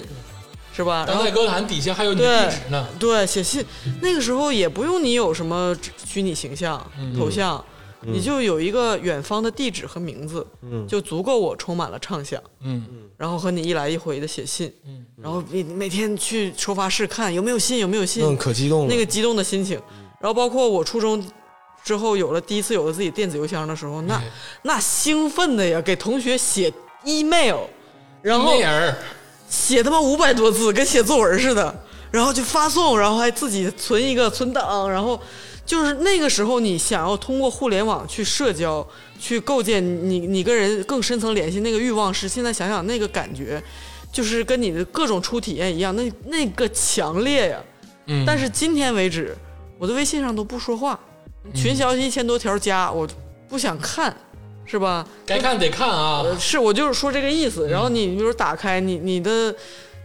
B: 是吧？然
A: 当
B: 后
A: 代歌坛底下还有你
B: 对
A: 地址呢，
B: 对写信，那个时候也不用你有什么虚拟形象、头像，你就有一个远方的地址和名字，就足够我充满了畅想。
A: 嗯，
B: 然后和你一来一回的写信，
A: 嗯
B: 然后每每天去收发室看有没有信，有没有信，
D: 嗯，可激动了。嗯
B: 那个激动的心情。然后包括我初中之后有了第一次有了自己电子邮箱的时候，那
A: 哎
B: 那兴奋的呀，给同学写 email，然后
A: 那人儿，
B: 写他妈五百多字，跟写作文似的，然后就发送，然后还自己存一个存档，然后就是那个时候你想要通过互联网去社交，去构建你你跟人更深层联系那个欲望是，现在想想那个感觉，就是跟你的各种初体验一样，那那个强烈呀、
A: 嗯，
B: 但是今天为止，我的微信上都不说话，群消息一千多条加，我不想看，是吧？
A: 该看得看啊，
B: 呃，是我就是说这个意思。然后你比如打开你你的，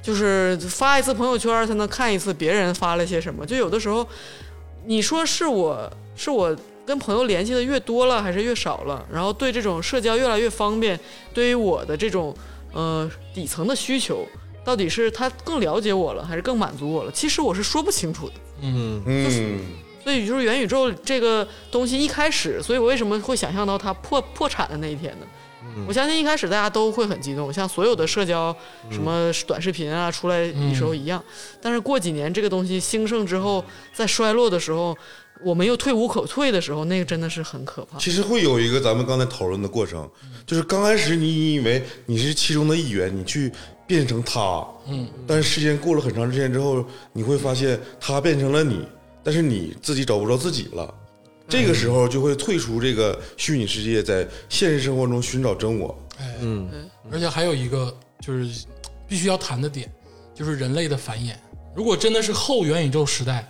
B: 就是发一次朋友圈才能看一次别人发了些什么。就有的时候，你说是我是我跟朋友联系的越多了还是越少了？然后对这种社交越来越方便，对于我的这种呃底层的需求，到底是他更了解我了还是更满足我了？其实我是说不清楚的。
C: 嗯，
B: 所以就是元宇宙这个东西一开始，所以我为什么会想象到它破破产的那一天呢？我相信一开始大家都会很激动，像所有的社交什么短视频啊出来的时候一样。但是过几年这个东西兴盛之后，在衰落的时候，我们又退无可退的时候，那个真的是很可怕。
C: 其实会有一个咱们刚才讨论的过程，就是刚开始你以为你是其中的一员，你去变成他，嗯，但是时间过了很长时间之后，你会发现他变成了你，但是你自己找不着自己了。这个时候就会退出这个虚拟世界，在现实生活中寻找真我。
A: 哎，嗯，而且还有一个就是必须要谈的点，就是人类的繁衍。如果真的是后元宇宙时代，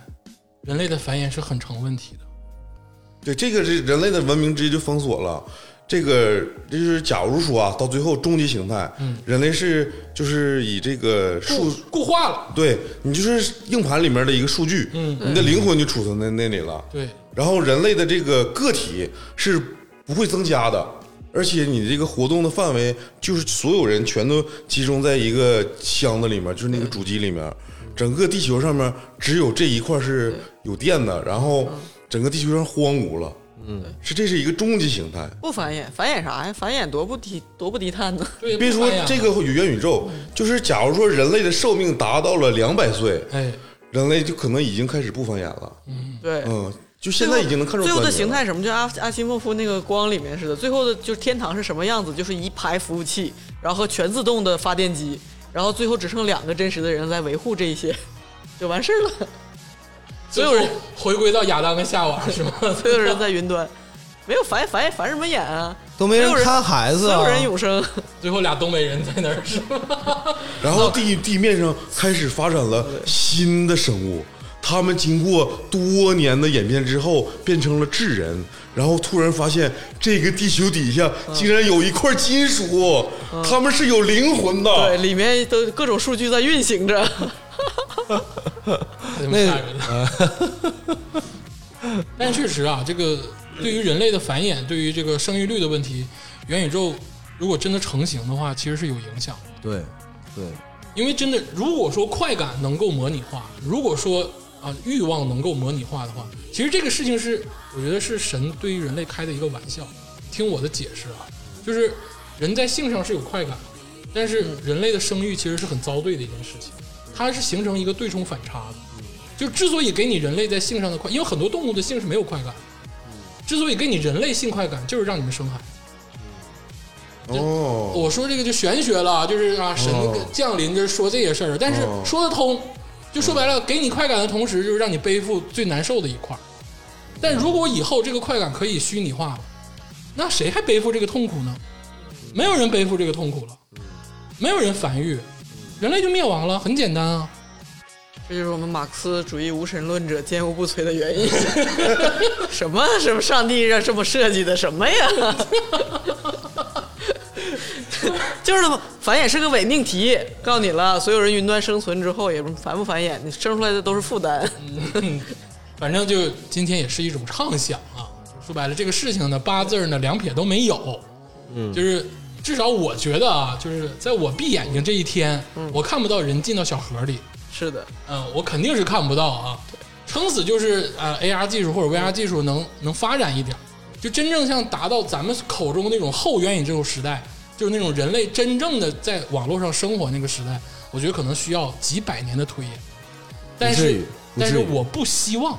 A: 人类的繁衍是很成问题的。
C: 对，这个是人类的文明直接就封锁了。这个这就是，假如说啊，到最后终极形态，人类是就是以这个数
A: 固固化了，
C: 对你就是硬盘里面的一个数据，嗯，你的灵魂就储存在那里了。
A: 对，
C: 然后人类的这个个体是不会增加的，而且你这个活动的范围就是所有人全都集中在一个箱子里面，就是那个主机里面，整个地球上面只有这一块是有电的，然后整个地球上荒芜了。嗯，是这是一个终极形态。
B: 不繁衍，繁衍啥呀？繁衍多不低多不低碳呢？
A: 对，
C: 别说
A: 不一样
C: 这，个元宇宙，就是假如说人类的寿命达到了两百岁，
A: 哎，
C: 人类就可能已经开始不繁衍了。
B: 对，
C: 嗯，就现在已经能看出
B: 最后的
C: 端倪了
B: 形态是什么，就阿阿西莫夫那个光里面似的，最后的就是天堂是什么样子，就是一排服务器，然后和全自动的发电机，然后最后只剩两个真实的人来维护这一些，就完事儿了。
A: 所有人回归到亚当跟夏娃是吗？
B: 所有人在云端，没有繁繁繁什么眼啊，
D: 都没
B: 所
D: 人
B: 有人
D: 看孩子
B: 所
D: 啊
B: 有，人永 生，
A: 最后俩东北人在那儿是吗？
C: 然后地地面上开始发展了新的生物，他们经过多年的演变之后，变成了智人。然后突然发现，这个地球底下
B: 嗯
C: 竟然有一块金属，他们是有灵魂
B: 对，
C: 的。
B: 里面都各种数据在运行着，
A: 太他妈
D: 那
A: 吓 人了。但确实啊，这个对于人类的繁衍，对于这个生育率的问题，元宇宙如果真的成型的话，其实是有影响的。
D: 对对，
A: 因为真的，如果说快感能够模拟化，如果说啊欲望能够模拟化的话，其实这个事情是，我觉得是神对于人类开的一个玩笑。听我的解释啊，就是人在性上是有快感，但是人类的生育其实是很遭罪的一件事情，它是形成一个对冲反差的。就之所以给你人类在性上的快，因为很多动物的性是没有快感的，之所以给你人类性快感，就是让你们生孩子。
C: 哦，
A: 我说这个就玄学了，就是啊，神
C: 哦
A: 降临就是说这些事儿，但是
C: 哦嗯
A: 说得通，就说白了，给你快感的同时，就是让你背负最难受的一块儿。但如果以后这个快感可以虚拟化了，那谁还背负这个痛苦呢？
C: 嗯
A: 没有人背负这个痛苦了，没有人繁育，
C: 嗯
A: 人类就灭亡了，很简单啊。
B: 这就是我们马克思主义无神论者坚无不摧的原因。什么什么上帝让这么设计的什么呀？ 就是他妈繁衍是个伪命题，告诉你了，所有人云端生存之后也不繁不繁衍，你生出来的都是负担。
A: 反正就今天也是一种畅想啊。说白了，这个事情呢，八字儿呢两撇都没有，嗯，就是至少我觉得啊，就是在我闭眼睛这一天，我看不到人进到小河里，
B: 是的，
A: 嗯，我肯定是看不到啊。撑死就是呃 AR 技术或者 VR 技术能能发展一点儿，就真正像达到咱们口中那种后元宇宙时代，就是那种人类真正的在网络上生活那个时代，我觉得可能需要几百年的推演。但
D: 不至
A: 是
D: 于，不
A: 但是
D: 至于
A: 我不希望，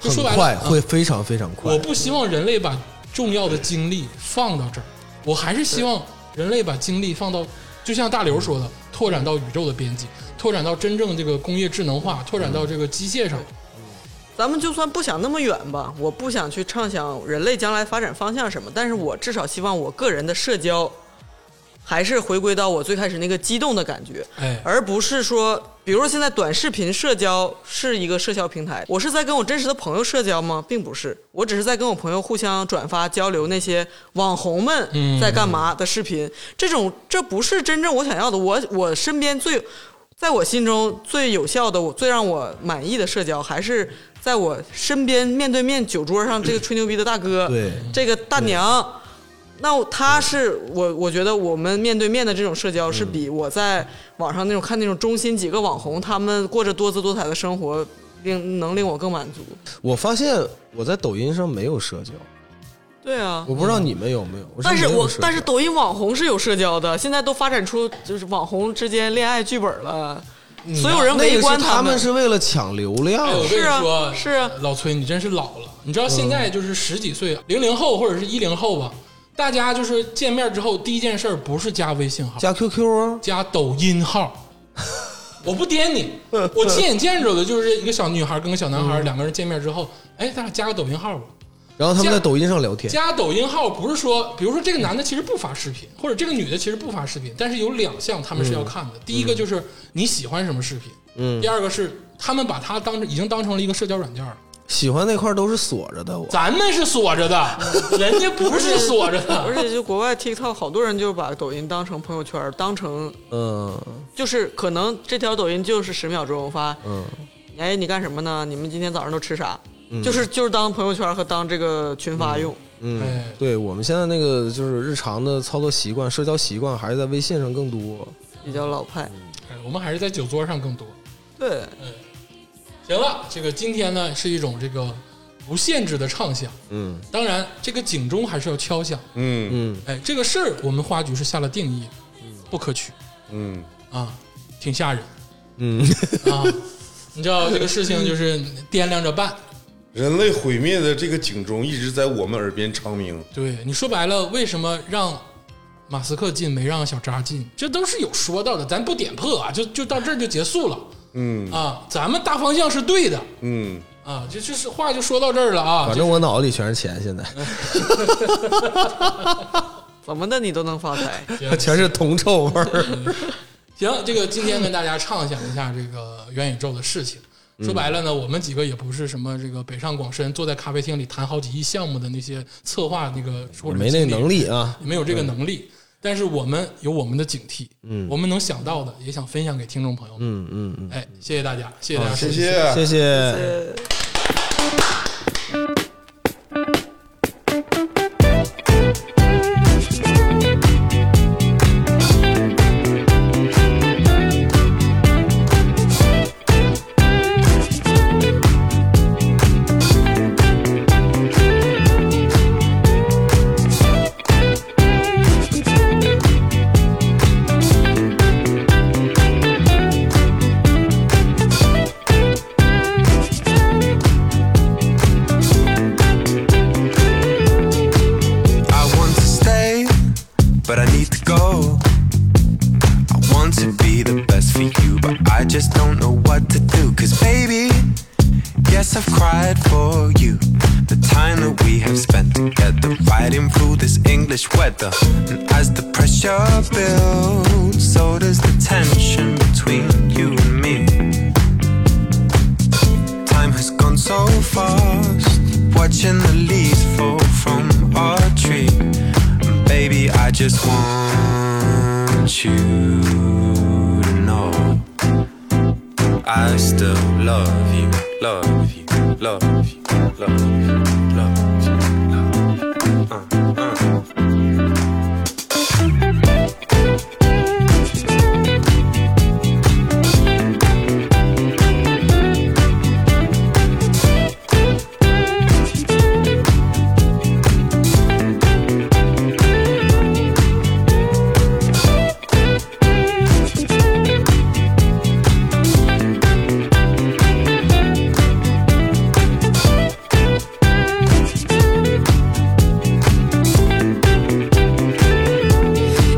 A: 就
D: 很
A: 说白
D: 快
A: 了，
D: 会非常非常
A: 我
D: 快。
A: 不希望人类把重要的精力放到这儿，我还是希望人类把精力放到，就像大刘说的，拓展到宇宙的边际，拓展到真正这个工业智能化，拓展到这个机械上。
B: 咱们就算不想那么远吧，我不想去畅想人类将来发展方向什么，但是我至少希望我个人的社交还是回归到我最开始那个激动的感觉，
A: 哎，
B: 而不是说，比如说现在短视频社交是一个社交平台，我是在跟我真实的朋友社交吗？并不是，我只是在跟我朋友互相转发交流那些网红们在干嘛的视频。这种这不是真正我想要的，我我身边最。在我心中最有效的、我最让我满意的社交，还是在我身边面对面酒桌上这个吹牛逼的大 哥，
D: 对嗯
B: 这个大娘，那他是我，我觉得我们面对面的这种社交是比我在网上那种看那种中心几个网红他们过着多姿多彩的生活，令能令我更满足。
D: 我发现我在抖音上没有社交，
B: 对啊，
D: 我不知道你们有没有。
B: 但是
D: 没有
B: 我
D: 社交
B: 但是抖音网红是有社交的，现在都发展出就是网红之间恋爱剧本了，所有人
D: 嗯那
B: 围
D: 个
B: 观
D: 是他
B: 们
D: 们。是为了抢流量
A: 哎，，我跟
B: 是
A: 你
B: 啊
A: 说，
B: 是啊
A: 老崔，你真是老了。你知道现在就是十几岁，零零后或者是一零后吧，大家就是见面之后第一件事儿不是加微信号，
D: 加 QQ 啊，
A: 加抖音号。我不颠你，我亲眼见着的就是一个小女孩跟个小男孩两个人见面之后，哎，咱俩加个抖音号吧。
D: 然后他们
A: 加
D: 在抖音上聊天。
A: 加抖音号不是说，比如说这个男的其实不发视频，或者这个女的其实不发视频，但是有两项他们是要看的。第一个就是你喜欢什么视频，嗯，第二个是他们把它当成已经当成了一个社交软件了。
D: 喜欢那块儿都是锁着的，我
A: 咱们是锁着的， 人家不是锁着的。
B: 而且就国外 TikTok 好多人就把抖音当成朋友圈，当成
D: 嗯
B: 就是可能这条抖音就是十秒钟发，
D: 嗯
B: 哎，你干什么呢？你们今天早上都吃啥？就是就是当朋友圈和当这个群发用。
A: 哎，
D: 对我们现在那个就是日常的操作习惯、社交习惯，还是在微信上更多。
B: 比较老派。
A: 哎我们还是在酒桌上更多。
B: 对，
A: 行了，这个今天呢是一种这个不限制的畅想，
C: 嗯
A: 当然这个警钟还是要敲响。
C: 嗯
D: 嗯，
A: 哎，这个事儿我们花局是下了定义，不可取
C: 嗯
A: 啊，挺吓人。嗯啊，你知道这个事情就是掂量着办。
C: 人类毁灭的这个警钟一直在我们耳边长鸣。
A: 对，你说白了，为什么让马斯克进没让小扎进？这都是有说到的，咱不点破啊，就就到这儿就结束了
C: 嗯
A: 啊。咱们大方向是对的
C: 嗯，
A: 啊，就就是话就说到这儿了啊。
D: 反正我脑子里全是钱，现在
B: 怎么的你都能发财。
D: 全是铜臭味儿。
A: 行，这个今天跟大家畅想一下这个元宇宙的事情。说白了呢，我们几个也不是什么这个北上广深坐在咖啡厅里谈好几亿项目的那些策划那个或者
D: 没那
A: 经理
D: 能，力啊，
A: 没有这个能力。但是我们有我们的警惕，嗯，我们能想到的也想分享给听众朋友们，嗯嗯嗯，哎，谢谢大家，谢谢大家收
C: 谢
A: 听，
C: 谢。
D: 谢谢。
F: I want to stay, but I need to go. I want to be the best for you, but I just don't know what to do. Cause baby, yes, I've cried for you. The time that we have spent together, riding through this English weather. And as the pressure builds, so does the tension between you and me. Time has gone so fast, watching the leaves fall from our tree. And baby, I just want you to know I still love you, love you, love you, love you, love you, love you. Uh, uh.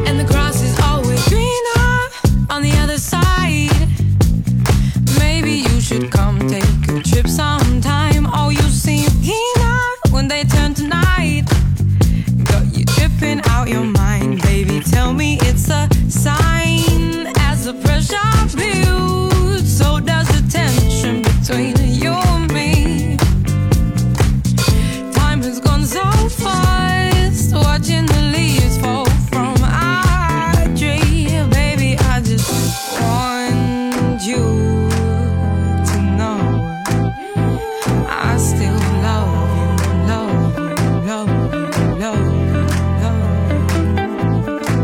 G: and the grass is always greener on the other side. Maybe you should come take a trip sometime. Oh, you seem keener when they turn to night. Got you tripping out your mind, baby. Tell me it's a sign. As the pressure builds, so does the tension between you and me. Time has gone so fast, watching the leaves fall from our tree. Baby, I just want you to know I still love you, love you, love you, love you, love you.